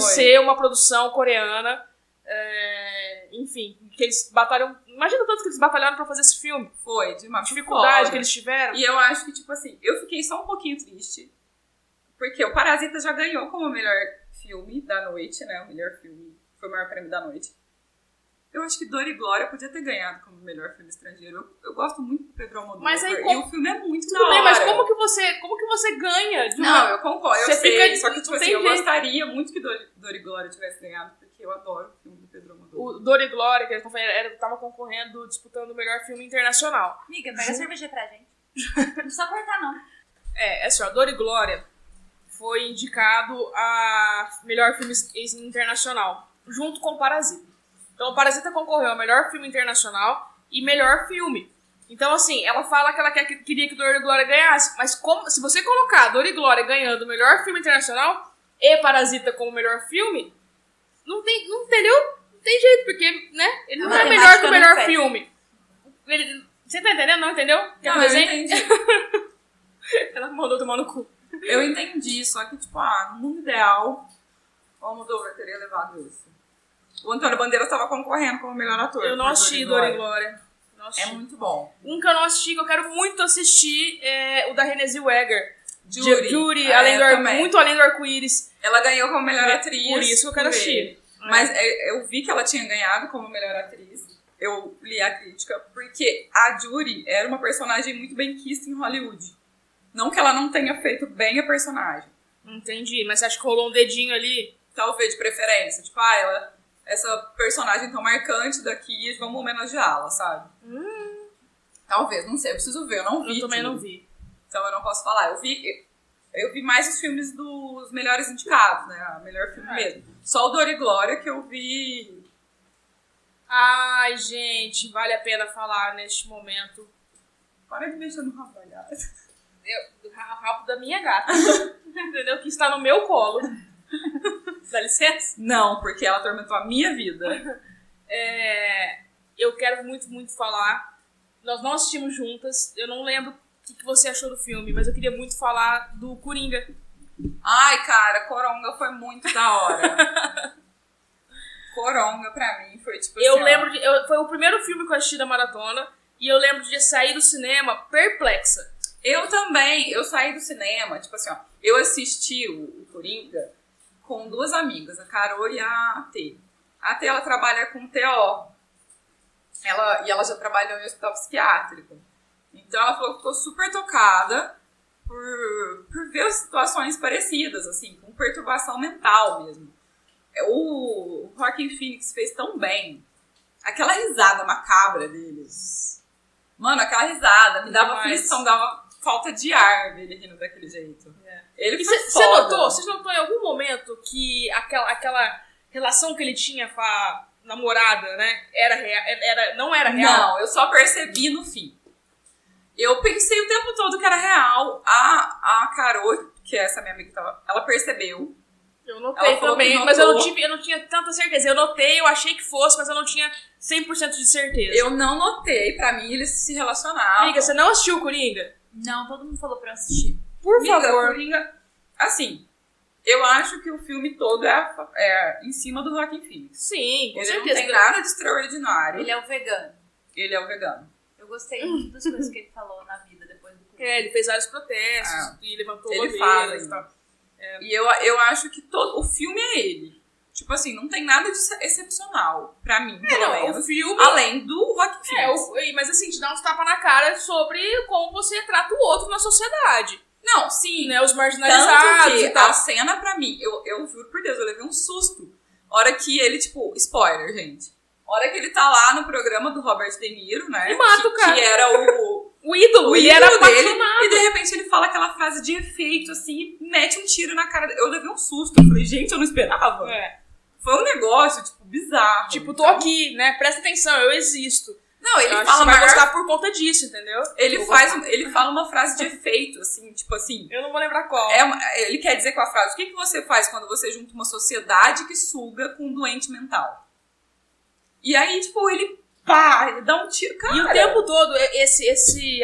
[SPEAKER 4] Foi.
[SPEAKER 3] ser uma produção coreana, é, enfim, que eles batalham, imagina tanto que eles batalharam pra fazer esse filme,
[SPEAKER 4] Foi, de uma
[SPEAKER 3] a dificuldade
[SPEAKER 4] foda.
[SPEAKER 3] que eles tiveram.
[SPEAKER 4] E eu acho que, tipo assim, eu fiquei só um pouquinho triste. Porque o Parasita já ganhou como o melhor filme da noite, né? O melhor filme. Foi o maior prêmio da noite. Eu acho que Dor e Glória podia ter ganhado como melhor filme estrangeiro. Eu, eu gosto muito do Pedro Almodóvar.
[SPEAKER 3] Mas aí,
[SPEAKER 4] E
[SPEAKER 3] como-
[SPEAKER 4] o filme é muito
[SPEAKER 3] Tudo
[SPEAKER 4] da
[SPEAKER 3] bem,
[SPEAKER 4] hora.
[SPEAKER 3] né? mas como que você, como que você ganha de uma-
[SPEAKER 4] Não, eu concordo. Eu
[SPEAKER 3] Você
[SPEAKER 4] sei.
[SPEAKER 3] fica-
[SPEAKER 4] Só que, tipo
[SPEAKER 3] não
[SPEAKER 4] assim,
[SPEAKER 3] tem
[SPEAKER 4] eu
[SPEAKER 3] jeito.
[SPEAKER 4] gostaria muito que Dor, Dor e Glória tivesse ganhado. Porque eu adoro o filme do Pedro Almodóvar.
[SPEAKER 3] o Dor e Glória, que ele era, tava concorrendo, disputando o melhor filme internacional.
[SPEAKER 2] Amiga, pega a cerveja aí pra gente. Não precisa cortar, não.
[SPEAKER 3] É, é só, Dor e Glória foi indicado a melhor filme ex- internacional, junto com o Parasita. Então, o Parasita concorreu ao melhor filme internacional e melhor filme. Então, assim, ela fala que ela quer, que- queria que Dor e Glória ganhasse, mas como, se você colocar Dor e Glória ganhando o melhor filme internacional e Parasita como melhor filme, não tem, não entendeu? Não tem jeito, porque, né, ele
[SPEAKER 2] A
[SPEAKER 3] não é
[SPEAKER 2] matemática
[SPEAKER 3] melhor que o
[SPEAKER 2] não
[SPEAKER 3] melhor
[SPEAKER 2] fecha.
[SPEAKER 3] filme. Ele- você tá entendendo? Não entendeu? Quer
[SPEAKER 4] Não,
[SPEAKER 3] um
[SPEAKER 4] eu
[SPEAKER 3] exemplo?
[SPEAKER 4] entendi.
[SPEAKER 3] Ela mandou tomar no cu.
[SPEAKER 4] Eu entendi, só que, tipo, ah, no mundo ideal, o Almodóvar teria levado isso. O Antônio Bandeira estava concorrendo como melhor ator.
[SPEAKER 3] Eu não
[SPEAKER 4] por
[SPEAKER 3] assisti
[SPEAKER 4] Dor e
[SPEAKER 3] Dor e Glória. Não assisti.
[SPEAKER 4] É muito bom.
[SPEAKER 3] Um que eu não assisti, que eu quero muito assistir, é o da Renée Zellweger. Ju- Jury,
[SPEAKER 4] é,
[SPEAKER 3] além do
[SPEAKER 4] eu
[SPEAKER 3] ar-
[SPEAKER 4] também.
[SPEAKER 3] muito além do arco-íris. É
[SPEAKER 4] Ela ganhou como melhor atriz.
[SPEAKER 3] Por isso que eu quero
[SPEAKER 4] por ele.
[SPEAKER 3] assistir.
[SPEAKER 4] Mas é, eu vi que ela tinha ganhado como melhor atriz. Eu li a crítica, porque a Judy era uma personagem muito bem quista em Hollywood. Não que ela não tenha feito bem a personagem.
[SPEAKER 3] Entendi, mas você acha que rolou um dedinho ali?
[SPEAKER 4] talvez de preferência. Tipo, ah, ela, essa personagem tão marcante daqui, vamos homenageá-la, sabe? Talvez, não sei, eu preciso ver, eu não vi.
[SPEAKER 3] Hum. Eu também
[SPEAKER 4] tudo,
[SPEAKER 3] não vi.
[SPEAKER 4] Então eu não posso falar. Eu vi, eu vi mais os filmes dos melhores indicados, né? Ah, Melhor filme
[SPEAKER 3] É.
[SPEAKER 4] mesmo. Só o Dor e Glória que eu vi.
[SPEAKER 3] Ai, gente, vale a pena falar neste momento
[SPEAKER 4] Para de mexer no rabo da gata.
[SPEAKER 3] do ra- rabo da minha gata. Entendeu? Que está no meu colo. Dá licença?
[SPEAKER 4] Não, porque ela atormentou a minha vida.
[SPEAKER 3] É, eu quero muito, muito falar. Nós não assistimos juntas. Eu não lembro o que, que você achou do filme, mas eu queria muito falar do Coringa.
[SPEAKER 4] Ai, cara, Coronga foi muito da hora. Coronga, pra mim, foi tipo
[SPEAKER 3] Eu
[SPEAKER 4] assim, ó,
[SPEAKER 3] lembro de. eu- foi o primeiro filme que eu assisti da maratona. E eu lembro de sair do cinema perplexa.
[SPEAKER 4] Eu também, eu saí do cinema, tipo assim, ó, eu assisti o, o Coringa com duas amigas, a Carol e a T. A T, ela trabalha com TO. Ela, e ela já trabalhou em hospital psiquiátrico. Então ela falou que ficou super tocada por, por ver situações parecidas, assim, com perturbação mental mesmo. É, O Joaquin Phoenix fez tão bem. Aquela risada macabra deles. Mano, aquela risada me dava
[SPEAKER 3] Demais.
[SPEAKER 4] aflição, dava falta de ar ver ele rindo daquele jeito. Ele
[SPEAKER 3] É. E
[SPEAKER 4] foi
[SPEAKER 3] você
[SPEAKER 4] foda.
[SPEAKER 3] notou? Você notou em algum momento que aquela, aquela relação que ele tinha com a namorada, né? Era real. Era, não era real.
[SPEAKER 4] Não, eu só percebi no fim. Eu pensei o tempo todo que era real. A, a Carol, que é essa minha amiga que tava, ela percebeu.
[SPEAKER 3] Eu
[SPEAKER 4] Ela
[SPEAKER 3] notei
[SPEAKER 4] falou que
[SPEAKER 3] também,
[SPEAKER 4] notou.
[SPEAKER 3] mas eu não, tive, eu não tinha tanta certeza. Eu notei, eu achei que fosse, mas eu não tinha 100% de certeza.
[SPEAKER 4] Eu não notei, pra mim eles se relacionavam.
[SPEAKER 3] Amiga, você não assistiu o Coringa?
[SPEAKER 2] Não, todo mundo falou pra eu assistir.
[SPEAKER 3] Por
[SPEAKER 4] Amiga,
[SPEAKER 3] favor.
[SPEAKER 4] Coringa- assim, eu acho que o filme todo é, é em cima do Joaquin Phoenix.
[SPEAKER 3] Sim, com
[SPEAKER 4] Ele não
[SPEAKER 3] certeza.
[SPEAKER 4] tem nada de extraordinário.
[SPEAKER 2] Ele é o vegano.
[SPEAKER 4] Ele é o vegano.
[SPEAKER 2] Eu gostei muito das coisas que ele falou na vida depois do Coringa.
[SPEAKER 3] É, ele fez vários protestos
[SPEAKER 4] Ah,
[SPEAKER 3] e levantou
[SPEAKER 4] ele
[SPEAKER 3] bandeiras
[SPEAKER 4] fala
[SPEAKER 3] e tal.
[SPEAKER 4] E eu, eu acho que todo o filme é ele. Tipo assim, não tem nada de ex- excepcional pra mim, pelo
[SPEAKER 3] É, Não,
[SPEAKER 4] menos.
[SPEAKER 3] o filme.
[SPEAKER 4] Além do Joaquin
[SPEAKER 3] É,
[SPEAKER 4] Phoenix.
[SPEAKER 3] o- e- mas assim, te dá uns tapas na cara sobre como você trata o outro na sociedade.
[SPEAKER 4] Não, sim.
[SPEAKER 3] Né? Os
[SPEAKER 4] Tanto
[SPEAKER 3] marginalizados
[SPEAKER 4] que
[SPEAKER 3] e tal.
[SPEAKER 4] a cena pra mim, eu, eu juro por Deus, eu levei um susto. Hora que ele, tipo, spoiler, gente. Hora que ele tá lá no programa do Robert De Niro, né?
[SPEAKER 3] E mata
[SPEAKER 4] que,
[SPEAKER 3] o cara.
[SPEAKER 4] Que era o,
[SPEAKER 3] O ídolo,
[SPEAKER 4] o
[SPEAKER 3] ele
[SPEAKER 4] ídolo
[SPEAKER 3] era
[SPEAKER 4] dele.
[SPEAKER 3] apaixonado.
[SPEAKER 4] E de repente ele fala aquela frase de efeito, assim, e mete um tiro na cara. dele. Eu levei um susto. Eu falei, gente, eu não esperava.
[SPEAKER 3] É,
[SPEAKER 4] Foi um negócio, tipo, bizarro.
[SPEAKER 3] Tipo, tô
[SPEAKER 4] Então-
[SPEAKER 3] aqui, né? Presta atenção, eu existo.
[SPEAKER 4] Não, ele
[SPEAKER 3] eu acho que
[SPEAKER 4] fala
[SPEAKER 3] você vai
[SPEAKER 4] maior
[SPEAKER 3] gostar por conta disso, entendeu?
[SPEAKER 4] Ele
[SPEAKER 3] Vou
[SPEAKER 4] faz, um- ele fala uma frase de efeito, assim, tipo assim.
[SPEAKER 3] Eu não vou lembrar qual.
[SPEAKER 4] é uma- ele quer dizer com a frase: o que, que você faz quando você junta uma sociedade que suga com um doente mental? E aí, tipo, ele pá, ele dá um tiro. Cara,
[SPEAKER 3] E o tempo todo, e- esse, esse,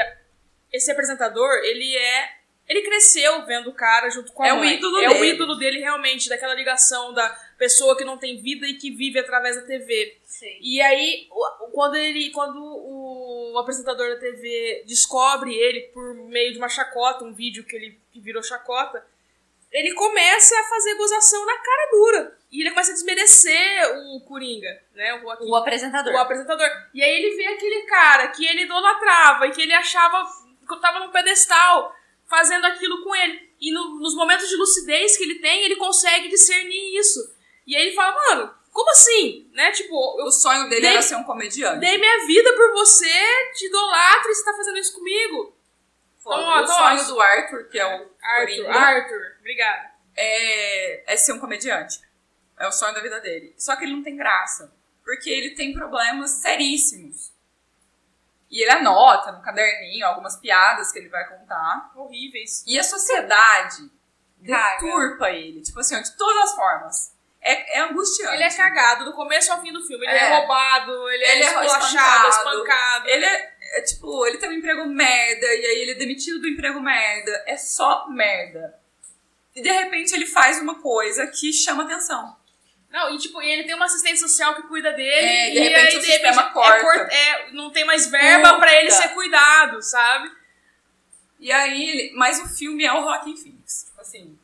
[SPEAKER 3] esse apresentador, ele é. Ele cresceu vendo o cara junto com a
[SPEAKER 4] É o
[SPEAKER 3] mãe.
[SPEAKER 4] ídolo
[SPEAKER 3] é o
[SPEAKER 4] dele.
[SPEAKER 3] ídolo dele, realmente, daquela ligação da pessoa que não tem vida e que vive através da TV.
[SPEAKER 2] Sei.
[SPEAKER 3] E aí, o- o- quando ele. Quando o apresentador da TV descobre ele por meio de uma chacota, um vídeo que ele que virou chacota, ele começa a fazer gozação na cara dura. E ele começa a desmerecer o Coringa, né? O Joaquin
[SPEAKER 2] O apresentador.
[SPEAKER 3] o apresentador. E aí ele vê aquele cara que ele idolatrava e que ele achava que tava num pedestal fazendo aquilo com ele. E no- nos momentos de lucidez que ele tem, ele consegue discernir isso. E aí ele fala, mano, como assim? Né? Tipo,
[SPEAKER 4] o sonho dele
[SPEAKER 3] Dei-
[SPEAKER 4] era ser um comediante.
[SPEAKER 3] eu dei minha vida por você, te idolatro e você tá fazendo isso comigo.
[SPEAKER 4] Foi.
[SPEAKER 3] Então, ó,
[SPEAKER 4] o
[SPEAKER 3] então,
[SPEAKER 4] sonho
[SPEAKER 3] ó,
[SPEAKER 4] do Arthur, que é o
[SPEAKER 3] Arthur,
[SPEAKER 4] Coringa,
[SPEAKER 3] Arthur, obrigada.
[SPEAKER 4] é, é ser um comediante. É o sonho da vida dele. Só que ele não tem graça. Porque ele tem problemas seríssimos. E ele anota no caderninho algumas piadas que ele vai contar.
[SPEAKER 3] Horríveis.
[SPEAKER 4] E a sociedade
[SPEAKER 2] Caga.
[SPEAKER 4] deturpa ele, tipo assim, ó, de todas as formas. É, é angustiante.
[SPEAKER 3] Ele é cagado do começo ao fim do filme. Ele é,
[SPEAKER 4] É.
[SPEAKER 3] roubado,
[SPEAKER 4] Ele
[SPEAKER 3] ele, é
[SPEAKER 4] é espancado.
[SPEAKER 3] esculachado, espancado.
[SPEAKER 4] Ele é, é, tipo, ele tem um emprego merda, e aí ele é demitido do emprego merda. É só merda. E de repente ele faz uma coisa que chama atenção.
[SPEAKER 3] Não, e tipo, ele tem uma assistente social que cuida dele.
[SPEAKER 4] É, de
[SPEAKER 3] e
[SPEAKER 4] repente
[SPEAKER 3] aí,
[SPEAKER 4] o
[SPEAKER 3] de
[SPEAKER 4] sistema
[SPEAKER 3] repente, é
[SPEAKER 4] corta.
[SPEAKER 3] cor- é, não tem mais verba
[SPEAKER 4] Puta.
[SPEAKER 3] pra ele ser cuidado, sabe?
[SPEAKER 4] E aí ele. Mas o filme é o Rockin' Phoenix. Tipo assim.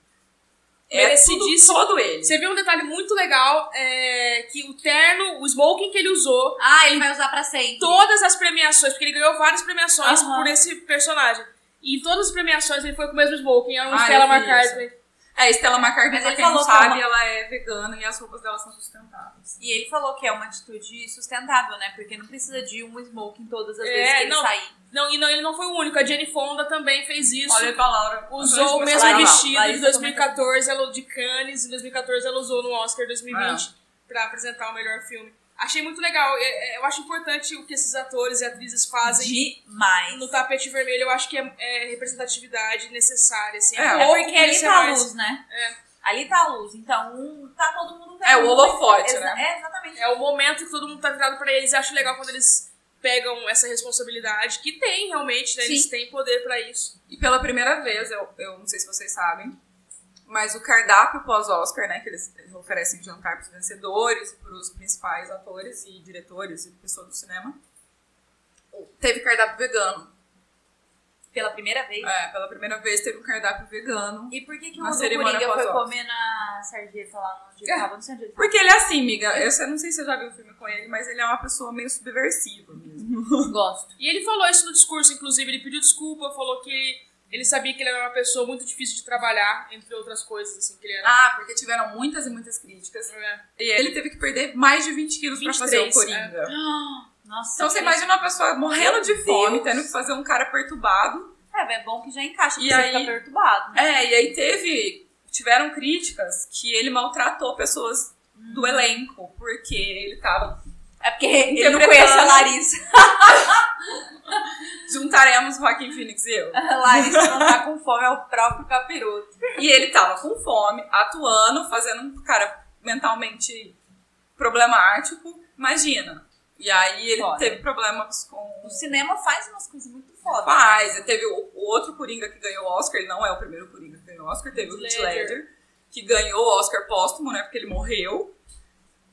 [SPEAKER 4] É tudo,
[SPEAKER 3] Merecidíssimo.
[SPEAKER 4] todo ele.
[SPEAKER 3] Você viu um detalhe muito legal, é, que o terno, o smoking que ele usou,
[SPEAKER 2] Ah, ele vai usar pra sempre.
[SPEAKER 3] todas as premiações, porque ele ganhou várias premiações
[SPEAKER 2] Aham.
[SPEAKER 3] por esse personagem. E em todas as premiações ele foi com o mesmo smoking, era uma
[SPEAKER 4] Ah,
[SPEAKER 3] Stella
[SPEAKER 4] eu vi
[SPEAKER 3] McCartney.
[SPEAKER 4] É, Stella McCartney,
[SPEAKER 2] Mas
[SPEAKER 4] pra
[SPEAKER 2] ele
[SPEAKER 4] quem não
[SPEAKER 2] falou que é
[SPEAKER 4] sabe,
[SPEAKER 2] uma-
[SPEAKER 4] ela é vegana e as roupas dela são sustentáveis.
[SPEAKER 2] E ele falou que é uma atitude sustentável, né? Porque não precisa de um smoke em todas as
[SPEAKER 3] É,
[SPEAKER 2] vezes que ele
[SPEAKER 3] não.
[SPEAKER 2] sair.
[SPEAKER 3] Não, e não, ele não foi o único, a Jenny Fonda também fez isso.
[SPEAKER 4] Olha pra Laura.
[SPEAKER 3] Usou o
[SPEAKER 4] Antes de
[SPEAKER 3] mesmo
[SPEAKER 4] começar a gravar.
[SPEAKER 3] vestido
[SPEAKER 2] Larissa
[SPEAKER 3] de 2014, ela de Cannes, em 2014 ela usou no Oscar 2020
[SPEAKER 2] Ah.
[SPEAKER 3] pra apresentar o melhor filme. Achei muito legal, é- é- eu acho importante o que esses atores e atrizes fazem
[SPEAKER 2] Demais.
[SPEAKER 3] no tapete vermelho, eu acho que é, é representatividade necessária, assim.
[SPEAKER 4] É,
[SPEAKER 3] bom
[SPEAKER 2] É porque ali
[SPEAKER 3] conhecer
[SPEAKER 2] tá a
[SPEAKER 3] mais.
[SPEAKER 2] luz, né?
[SPEAKER 3] É.
[SPEAKER 2] Ali tá a luz. Então, um, tá todo mundo vendo.
[SPEAKER 4] É, o holofote,
[SPEAKER 2] Exa-
[SPEAKER 4] né?
[SPEAKER 2] É, exatamente.
[SPEAKER 3] É o momento que todo mundo tá virado pra eles, e acho legal quando eles pegam essa responsabilidade, que tem realmente, né, eles
[SPEAKER 2] Sim.
[SPEAKER 3] têm poder pra isso.
[SPEAKER 4] E pela primeira vez, eu, eu não sei se vocês sabem, o Mas o cardápio pós-Oscar, né? Que eles oferecem jantar pros vencedores, pros principais atores e diretores e pessoas do cinema. Teve cardápio vegano.
[SPEAKER 2] Pela primeira vez.
[SPEAKER 4] É, pela primeira vez teve um cardápio vegano.
[SPEAKER 2] E por que, que o
[SPEAKER 4] Na
[SPEAKER 2] Rodrigo
[SPEAKER 4] cerimônia
[SPEAKER 2] Coringa foi
[SPEAKER 4] pós-Oscar.
[SPEAKER 2] comer na sarjeta lá onde
[SPEAKER 4] É.
[SPEAKER 2] tava no sarjeta?
[SPEAKER 4] Porque ele é assim, amiga. Eu sei- não sei se você já viu o filme com ele, mas ele é uma pessoa meio subversiva mesmo.
[SPEAKER 2] Gosto.
[SPEAKER 3] E ele falou isso no discurso, inclusive, ele pediu desculpa, falou que ele sabia que ele era uma pessoa muito difícil de trabalhar, entre outras coisas, assim, que ele era.
[SPEAKER 4] Ah, porque tiveram muitas e muitas críticas.
[SPEAKER 3] É.
[SPEAKER 4] E ele teve que perder mais de 20 quilos pra fazer o
[SPEAKER 3] 23, é.
[SPEAKER 4] Coringa.
[SPEAKER 2] Nossa,
[SPEAKER 4] Então você
[SPEAKER 2] que-
[SPEAKER 4] imagina uma pessoa morrendo de
[SPEAKER 2] Meu
[SPEAKER 4] fome,
[SPEAKER 2] Deus.
[SPEAKER 4] tendo que fazer um cara perturbado.
[SPEAKER 2] É, é bom que já encaixa,
[SPEAKER 4] E
[SPEAKER 2] porque você
[SPEAKER 4] aí-
[SPEAKER 2] fica perturbado. né?
[SPEAKER 4] É, e aí teve. Tiveram críticas que ele maltratou pessoas do elenco, porque ele tava.
[SPEAKER 2] É porque ele não
[SPEAKER 4] Interpretando.
[SPEAKER 2] conhece a Larissa.
[SPEAKER 4] Juntaremos Joaquim Phoenix e eu.
[SPEAKER 2] A Larissa não tá com fome, é o próprio capiroto.
[SPEAKER 4] E ele tava com fome, atuando, fazendo um cara mentalmente problemático. Imagina. E aí ele
[SPEAKER 2] Foda.
[SPEAKER 4] teve problemas com
[SPEAKER 2] O cinema faz umas coisas muito foda.
[SPEAKER 4] Faz, e teve o, o outro Coringa que ganhou o Oscar, ele não é o primeiro Coringa que ganhou o Oscar, teve o Heath
[SPEAKER 3] Ledger.
[SPEAKER 4] Ledger, que ganhou o Oscar póstumo, né, porque ele morreu.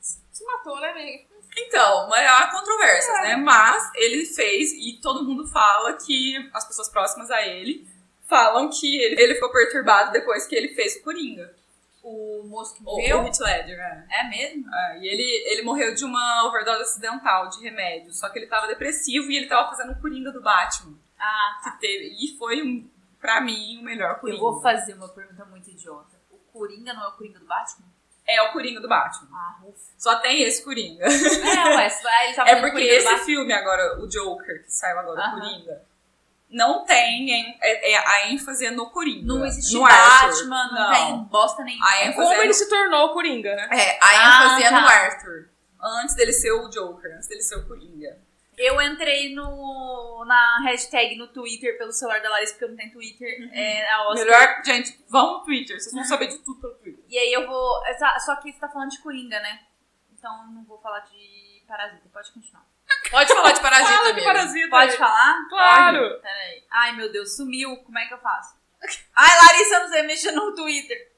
[SPEAKER 3] Se matou, né, amiga?
[SPEAKER 4] Então, mas há controvérsias,
[SPEAKER 2] É.
[SPEAKER 4] né, mas ele fez, e todo mundo fala que, as pessoas próximas a ele, falam que ele, ele ficou perturbado depois que ele fez o Coringa.
[SPEAKER 2] O moço que
[SPEAKER 4] O, o
[SPEAKER 2] morreu.
[SPEAKER 4] Heath Ledger, é.
[SPEAKER 2] É mesmo?
[SPEAKER 4] É, e ele, ele morreu de uma overdose acidental de remédio, só que ele tava depressivo e ele tava fazendo o Coringa do Batman.
[SPEAKER 2] Ah,
[SPEAKER 4] Que teve, e foi, um, pra mim, o melhor Coringa.
[SPEAKER 2] eu vou fazer uma pergunta muito idiota. O Coringa não é o Coringa do Batman?
[SPEAKER 4] É o Coringa do Batman.
[SPEAKER 2] Ah, ufa.
[SPEAKER 4] Só tem esse Coringa.
[SPEAKER 2] É, ué, se vai- ele tá
[SPEAKER 4] É
[SPEAKER 2] fazendo
[SPEAKER 4] porque
[SPEAKER 2] Coringa do
[SPEAKER 4] esse
[SPEAKER 2] Batman.
[SPEAKER 4] filme agora, o Joker, que saiu agora, o
[SPEAKER 2] Aham.
[SPEAKER 4] Coringa, não tem em- é- é- a ênfase é no Coringa.
[SPEAKER 2] Não existe
[SPEAKER 4] no Arthur.
[SPEAKER 2] Batman, não,
[SPEAKER 4] Não.
[SPEAKER 2] tem bosta nenhuma.
[SPEAKER 4] A ênfase
[SPEAKER 3] Como
[SPEAKER 4] é
[SPEAKER 3] ele
[SPEAKER 4] no-
[SPEAKER 3] se tornou o Coringa, né?
[SPEAKER 4] É, a ênfase
[SPEAKER 2] Ah,
[SPEAKER 4] é no
[SPEAKER 2] tá.
[SPEAKER 4] Arthur. Antes dele ser o Joker, antes dele ser o Coringa.
[SPEAKER 2] Eu entrei no, na hashtag no Twitter pelo celular da Larissa, porque eu não tenho Twitter. É, a Oscar.
[SPEAKER 4] Melhor, gente, vão no Twitter, vocês vão saber de tudo pelo Twitter.
[SPEAKER 2] E aí eu vou. essa- Só que você tá falando de Coringa, né? Então eu não vou falar de Parasita. Pode continuar.
[SPEAKER 4] Pode falar de Parasita,
[SPEAKER 3] Fala de
[SPEAKER 4] amiga.
[SPEAKER 3] parasita.
[SPEAKER 2] Pode falar?
[SPEAKER 3] Claro.
[SPEAKER 2] Pode? Peraí. Ai, meu Deus, sumiu. Como é que eu faço? Ai, Larissa, eu não sei mexer no Twitter.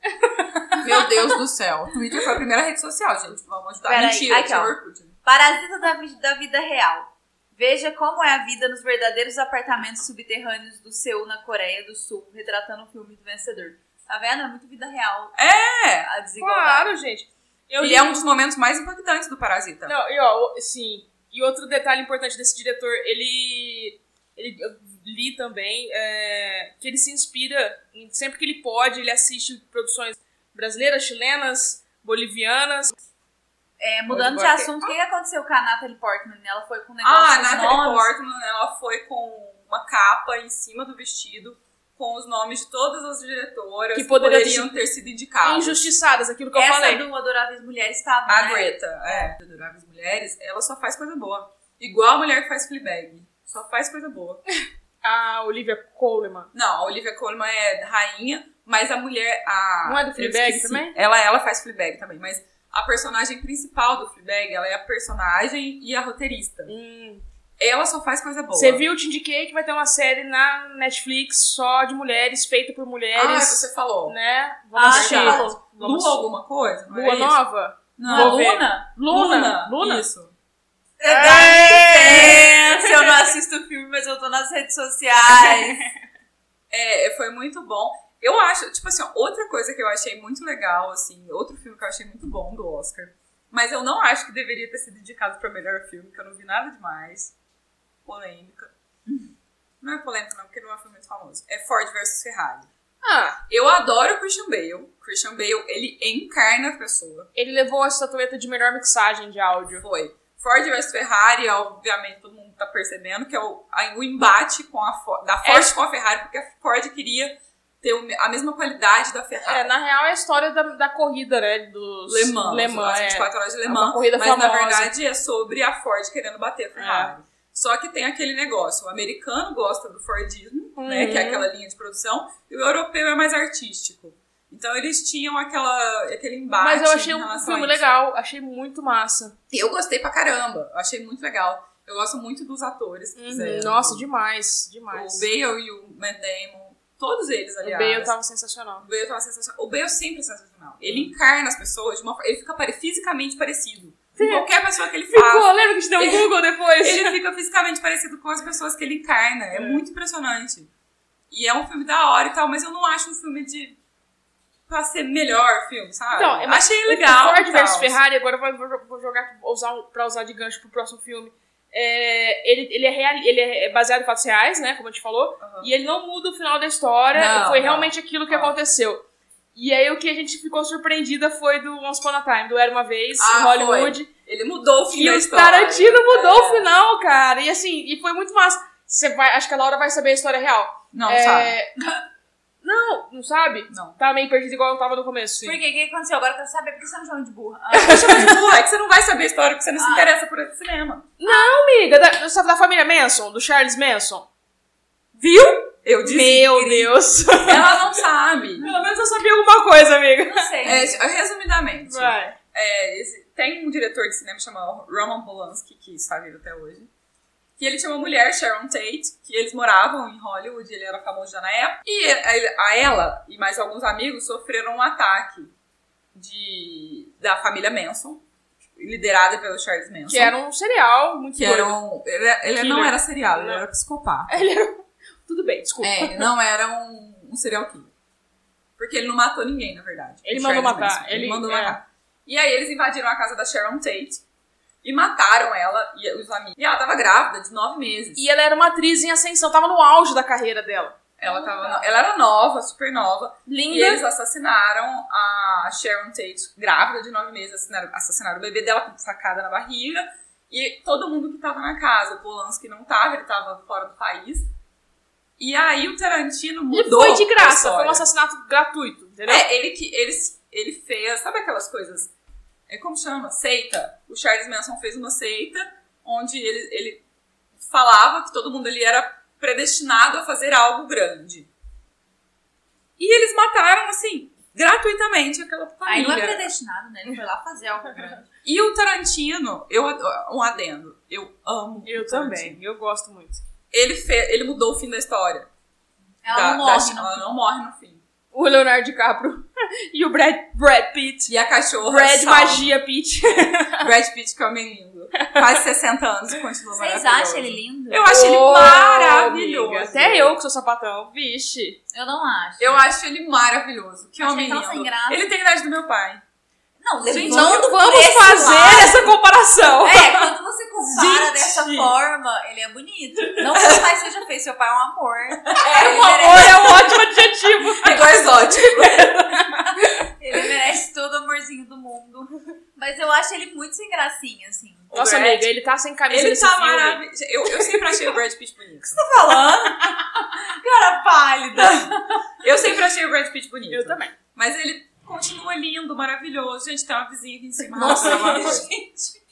[SPEAKER 4] Meu Deus do céu. O Twitter foi a primeira rede social, gente. Vamos ajudar.
[SPEAKER 2] Peraí,
[SPEAKER 4] Mentira,
[SPEAKER 2] aqui,
[SPEAKER 4] tinha
[SPEAKER 2] ó.
[SPEAKER 4] Orkut.
[SPEAKER 2] Parasita da, vi- da vida real. Veja como é a vida nos verdadeiros apartamentos subterrâneos do Seul, na Coreia do Sul, retratando o filme do vencedor. Tá vendo? É muito vida real.
[SPEAKER 4] É.
[SPEAKER 2] A desigualdade.
[SPEAKER 3] Claro, gente. Eu
[SPEAKER 4] E
[SPEAKER 3] li- um-
[SPEAKER 4] é um dos momentos mais impactantes do Parasita.
[SPEAKER 3] Não, e ó, o- sim. E outro detalhe importante desse diretor, ele. ele eu li também é, que ele se inspira, em- sempre que ele pode, ele assiste produções brasileiras, chilenas, bolivianas.
[SPEAKER 2] É, mudando de
[SPEAKER 4] Pode-
[SPEAKER 2] assunto, o que aconteceu com a Natalie Portman? Ela foi com um negócio
[SPEAKER 4] Ah, a
[SPEAKER 2] dos
[SPEAKER 4] Natalie
[SPEAKER 2] nomes.
[SPEAKER 4] Portman, ela foi com uma capa em cima do vestido com os nomes de todas as diretoras
[SPEAKER 3] Que poderia ter
[SPEAKER 4] poderiam ter sido indicadas.
[SPEAKER 3] Injustiçadas, aquilo que eu
[SPEAKER 2] Essa
[SPEAKER 3] falei.
[SPEAKER 2] do Adoráveis Mulheres estava,
[SPEAKER 4] A
[SPEAKER 2] né?
[SPEAKER 4] Greta, é. Adoráveis Mulheres, ela só faz coisa boa. Igual a mulher que faz Fleabag. Só faz coisa boa.
[SPEAKER 3] A Olivia Coleman.
[SPEAKER 4] Não, a Olivia Colman é rainha, mas a mulher... A...
[SPEAKER 3] Não é do
[SPEAKER 4] eu
[SPEAKER 3] Fleabag
[SPEAKER 4] esqueci.
[SPEAKER 3] também?
[SPEAKER 4] Ela, ela faz Fleabag também, mas a personagem principal do Fleabag, ela é a personagem e a roteirista. Ela só faz coisa boa.
[SPEAKER 3] Você viu? Te indiquei que vai ter uma série na Netflix só de mulheres, feita por mulheres.
[SPEAKER 4] Ah, você falou.
[SPEAKER 3] Né? Vamos
[SPEAKER 2] Ah,
[SPEAKER 3] assistir.
[SPEAKER 2] já falou.
[SPEAKER 3] Vamos
[SPEAKER 4] Lua alguma coisa? Não
[SPEAKER 3] Lua
[SPEAKER 4] era isso?
[SPEAKER 3] Nova?
[SPEAKER 4] Não.
[SPEAKER 3] Vou ver.
[SPEAKER 2] Luna?
[SPEAKER 3] Luna?
[SPEAKER 4] Isso.
[SPEAKER 2] É, se eu não assisto o filme, mas eu tô nas redes sociais.
[SPEAKER 4] É, foi muito bom. Eu acho, tipo assim, ó, outra coisa que eu achei muito legal, assim, outro filme que eu achei muito bom do Oscar, mas eu não acho que deveria ter sido indicado pra melhor filme, que eu não vi nada demais. Polêmica. Não é polêmica, não, porque não é um filme muito famoso. É Ford versus Ferrari.
[SPEAKER 3] Ah,
[SPEAKER 4] Eu adoro o Christian Bale. Christian Bale, ele encarna a pessoa.
[SPEAKER 3] ele levou a estatueta de melhor mixagem de áudio.
[SPEAKER 4] Foi. Ford versus Ferrari, obviamente, todo mundo tá percebendo que é o, a- o embate com a Ford, da
[SPEAKER 3] É.
[SPEAKER 4] Ford com a Ferrari, porque a Ford queria ter o me- a mesma qualidade da
[SPEAKER 3] É,
[SPEAKER 4] Ferrari.
[SPEAKER 3] na real é a história da, da corrida, né? Dos
[SPEAKER 4] Ah. Le Mans,
[SPEAKER 3] Le Mans,
[SPEAKER 4] as
[SPEAKER 3] é.
[SPEAKER 4] 24 horas de Le
[SPEAKER 3] É
[SPEAKER 4] Mans,
[SPEAKER 3] uma corrida
[SPEAKER 4] mas na
[SPEAKER 3] famosa. É.
[SPEAKER 4] verdade é sobre a Ford querendo bater a Ferrari. Só que tem aquele negócio, o americano gosta do Fordismo, né,
[SPEAKER 3] Uhum.
[SPEAKER 4] que é aquela linha de produção, e o europeu é mais artístico. Então eles tinham aquela, aquele embate
[SPEAKER 3] Mas eu achei
[SPEAKER 4] em
[SPEAKER 3] um
[SPEAKER 4] relação a
[SPEAKER 3] filme
[SPEAKER 4] isso.
[SPEAKER 3] legal, achei muito massa.
[SPEAKER 4] Eu gostei pra caramba, eu achei muito legal. Eu gosto muito dos atores que
[SPEAKER 3] Uhum,
[SPEAKER 4] fizeram.
[SPEAKER 3] Nossa, demais, demais.
[SPEAKER 4] O Bale e o Matt Damon. Todos eles,
[SPEAKER 3] O
[SPEAKER 4] aliás.
[SPEAKER 3] Bale tá- tava sensacional.
[SPEAKER 4] O Bale tava sensacional. O Bale sempre é sensacional. Ele encarna as pessoas de uma forma. Ele fica pare- fisicamente parecido. Com qualquer pessoa que ele fala.
[SPEAKER 3] Ficou, lembra que a gente deu um Google depois?
[SPEAKER 4] Ele fica fisicamente parecido com as pessoas que ele encarna. É, muito impressionante. E é um filme da hora e tal, mas eu não acho um filme de. pra ser melhor filme, sabe?
[SPEAKER 3] Então, é- mas
[SPEAKER 4] Achei legal.
[SPEAKER 3] O Ford
[SPEAKER 4] e tal.
[SPEAKER 3] versus Ferrari, agora eu vou, vou- vou jogar vou usar, um- pra usar de gancho pro próximo filme. É, ele, ele, é real, ele é baseado em fatos reais, né? Como a gente falou.
[SPEAKER 4] Aham.
[SPEAKER 3] E ele não muda o final da história.
[SPEAKER 4] Não,
[SPEAKER 3] foi
[SPEAKER 4] não.
[SPEAKER 3] realmente aquilo que
[SPEAKER 4] Não.
[SPEAKER 3] aconteceu. E aí o que a gente ficou surpreendida foi do Once Upon a Time, do Era Uma Vez,
[SPEAKER 4] Ah,
[SPEAKER 3] em Hollywood.
[SPEAKER 4] Ele mudou o filme.
[SPEAKER 3] E
[SPEAKER 4] da
[SPEAKER 3] o
[SPEAKER 4] história.
[SPEAKER 3] Tarantino mudou o
[SPEAKER 4] É.
[SPEAKER 3] final, cara. E assim, e foi muito massa. Você vai, acho que a Laura vai saber a história real.
[SPEAKER 4] Não,
[SPEAKER 3] É,
[SPEAKER 4] sabe?
[SPEAKER 3] Não, não sabe?
[SPEAKER 4] Não.
[SPEAKER 3] Tava meio perdido igual eu tava no começo.
[SPEAKER 2] Por quê? O que aconteceu? Agora eu quero saber por que você não chama de burra. Ah,
[SPEAKER 4] É que você não vai saber a história porque você não se
[SPEAKER 2] Ah.
[SPEAKER 4] interessa por esse cinema.
[SPEAKER 3] Amiga, da, sabe da família Manson, do Charles Manson?
[SPEAKER 4] Viu? Eu disse.
[SPEAKER 3] Meu Deus!
[SPEAKER 4] Ela não sabe.
[SPEAKER 3] Pelo menos eu sabia alguma coisa, amiga.
[SPEAKER 2] não sei.
[SPEAKER 4] É, resumidamente,
[SPEAKER 3] Vai.
[SPEAKER 4] é, esse- tem um diretor de cinema chamado Roman Polanski, que está vivo até hoje. Que ele tinha uma mulher, Sharon Tate, que eles moravam em Hollywood, ele era famoso já na época. E a ele- a ela e mais alguns amigos sofreram um ataque de, da família Manson, liderada pelo Charles Manson.
[SPEAKER 3] Que era um cereal muito
[SPEAKER 4] que
[SPEAKER 3] doido.
[SPEAKER 4] era um- ele, ele
[SPEAKER 3] Killer.
[SPEAKER 4] não era serial, ele
[SPEAKER 3] Não.
[SPEAKER 4] era psicopata.
[SPEAKER 3] Ele era um- Tudo bem, desculpa.
[SPEAKER 4] É, ele não era um, um serial killer. Porque ele não matou ninguém, na verdade.
[SPEAKER 3] Ele
[SPEAKER 4] O
[SPEAKER 3] mandou
[SPEAKER 4] Charles
[SPEAKER 3] matar,
[SPEAKER 4] Manson. Ele,
[SPEAKER 3] ele-
[SPEAKER 4] mandou
[SPEAKER 3] é.
[SPEAKER 4] matar. E aí eles invadiram a casa da Sharon Tate e mataram ela e os amigos. E ela tava grávida de nove meses.
[SPEAKER 3] E ela era uma atriz em ascensão, tava no auge da carreira dela.
[SPEAKER 4] Ela, tava, no- ela era nova, super nova. E
[SPEAKER 3] Linda.
[SPEAKER 4] eles assassinaram a Sharon Tate, grávida de nove meses, assassinaram, assassinaram o bebê dela com facada na barriga. E todo mundo que tava na casa, o Polanski não tava, ele tava fora do país. E aí o Tarantino
[SPEAKER 3] E
[SPEAKER 4] mudou.
[SPEAKER 3] foi de
[SPEAKER 4] a
[SPEAKER 3] graça,
[SPEAKER 4] história.
[SPEAKER 3] foi um assassinato gratuito, entendeu?
[SPEAKER 4] É, ele que ele, ele fez, sabe aquelas coisas? É como chama? Seita. O Charles Manson fez uma seita onde ele, ele falava que todo mundo ali era predestinado a fazer algo grande. E eles mataram, assim, gratuitamente aquela
[SPEAKER 2] Aí não é
[SPEAKER 4] família.
[SPEAKER 2] predestinado, né? Ele foi lá fazer algo grande.
[SPEAKER 4] E o Tarantino, eu ado- um adendo, eu amo.
[SPEAKER 3] Eu
[SPEAKER 4] o Tarantino.
[SPEAKER 3] também, eu gosto muito.
[SPEAKER 4] Ele, fe, ele mudou o fim da história.
[SPEAKER 2] Ela
[SPEAKER 4] Da-
[SPEAKER 2] não
[SPEAKER 4] da-
[SPEAKER 2] morre, não.
[SPEAKER 4] ela não morre no fim.
[SPEAKER 3] O Leonardo DiCaprio e o Brad, Brad Pitt.
[SPEAKER 4] E a cachorra.
[SPEAKER 3] Brad
[SPEAKER 4] salva.
[SPEAKER 3] Magia Pitt.
[SPEAKER 4] Brad Pitt que é um menino. Quase 60 anos e continua
[SPEAKER 2] Vocês
[SPEAKER 4] maravilhoso.
[SPEAKER 2] acham ele lindo?
[SPEAKER 4] Eu acho ele
[SPEAKER 3] Ô,
[SPEAKER 4] maravilhoso.
[SPEAKER 3] amiga, Até eu que sou sapatão. Vixe.
[SPEAKER 2] Eu não acho.
[SPEAKER 4] Eu acho ele maravilhoso. Que
[SPEAKER 2] Achei
[SPEAKER 4] homem
[SPEAKER 2] tão
[SPEAKER 4] lindo.
[SPEAKER 2] sem graça.
[SPEAKER 4] Ele tem a idade do meu pai.
[SPEAKER 2] Não,
[SPEAKER 4] Gente,
[SPEAKER 2] levando
[SPEAKER 4] não
[SPEAKER 2] por
[SPEAKER 3] Vamos
[SPEAKER 2] esse
[SPEAKER 3] fazer
[SPEAKER 2] lado-
[SPEAKER 3] essa comparação.
[SPEAKER 2] É, quando você compara
[SPEAKER 4] Gente.
[SPEAKER 2] dessa forma, ele é bonito. Não que seu pai seja feio, seu pai é um amor. É, ele,
[SPEAKER 3] Por favor,
[SPEAKER 2] merece,
[SPEAKER 3] é um ótimo adjetivo.
[SPEAKER 4] Igual exótico.
[SPEAKER 2] ele merece todo o amorzinho do mundo. Mas eu acho ele muito sem gracinha, assim.
[SPEAKER 4] O
[SPEAKER 3] Nossa,
[SPEAKER 4] Brad-
[SPEAKER 3] amiga, ele tá sem camisa
[SPEAKER 4] Ele
[SPEAKER 3] nesse
[SPEAKER 4] tá
[SPEAKER 3] filme.
[SPEAKER 4] maravilhoso. Eu, eu sempre achei o Brad Pitt bonito.
[SPEAKER 2] Falando? Cara pálida.
[SPEAKER 4] Eu sempre achei o Brad Pitt bonito.
[SPEAKER 3] Eu também.
[SPEAKER 4] Mas ele continua lindo, maravilhoso. Gente, tem uma vizinha aqui em cima.
[SPEAKER 3] Nossa,
[SPEAKER 4] É uma coisa.
[SPEAKER 2] gente.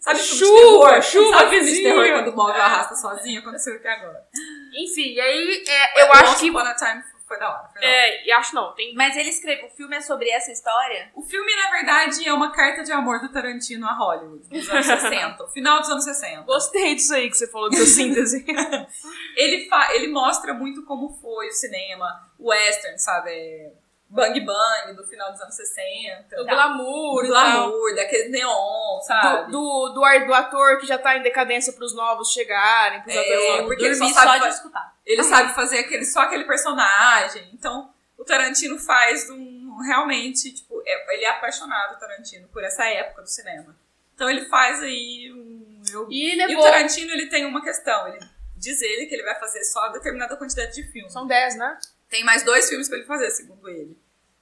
[SPEAKER 4] Sabe filme de
[SPEAKER 3] Chuva,
[SPEAKER 4] terror?
[SPEAKER 3] chuva,
[SPEAKER 4] Sabe filme de
[SPEAKER 3] vizinho.
[SPEAKER 4] terror quando o móvel arrasta sozinho? Aconteceu aqui agora.
[SPEAKER 3] Enfim, e aí é, eu acho
[SPEAKER 4] Once
[SPEAKER 3] que.
[SPEAKER 4] Upon a Time foi da hora. Foi da hora.
[SPEAKER 3] É, e acho não. Tem
[SPEAKER 2] Mas ele escreveu, o filme é sobre essa história?
[SPEAKER 4] O filme, na verdade, é uma carta de amor do Tarantino a Hollywood, dos anos 60, o final dos anos 60.
[SPEAKER 3] Gostei disso aí que você falou, dessa síntese.
[SPEAKER 4] Ele, fa- ele mostra muito como foi o cinema, o western, sabe? É, Bang Bang, do final dos anos 60.
[SPEAKER 3] o
[SPEAKER 4] Tá.
[SPEAKER 3] glamour,
[SPEAKER 4] O
[SPEAKER 3] e tal.
[SPEAKER 4] glamour, daquele neon,
[SPEAKER 3] Do,
[SPEAKER 4] sabe?
[SPEAKER 3] do, do, ar- do ator que já tá em decadência pros novos chegarem, pros
[SPEAKER 4] É,
[SPEAKER 3] atores.
[SPEAKER 4] porque ele só
[SPEAKER 2] Dormir
[SPEAKER 4] sabe
[SPEAKER 2] só de
[SPEAKER 4] fa-
[SPEAKER 2] escutar.
[SPEAKER 4] Ele sabe fazer aquele, só aquele personagem. Então, o Tarantino faz um. Realmente, tipo, é- ele é apaixonado, o Tarantino, por essa época do cinema. Então, ele faz aí um. eu-
[SPEAKER 3] E
[SPEAKER 4] E o
[SPEAKER 3] levou.
[SPEAKER 4] Tarantino, ele tem uma questão. Ele diz ele que ele vai fazer só determinada quantidade de filmes.
[SPEAKER 3] São 10, né?
[SPEAKER 4] Tem mais dois filmes pra ele fazer, segundo ele.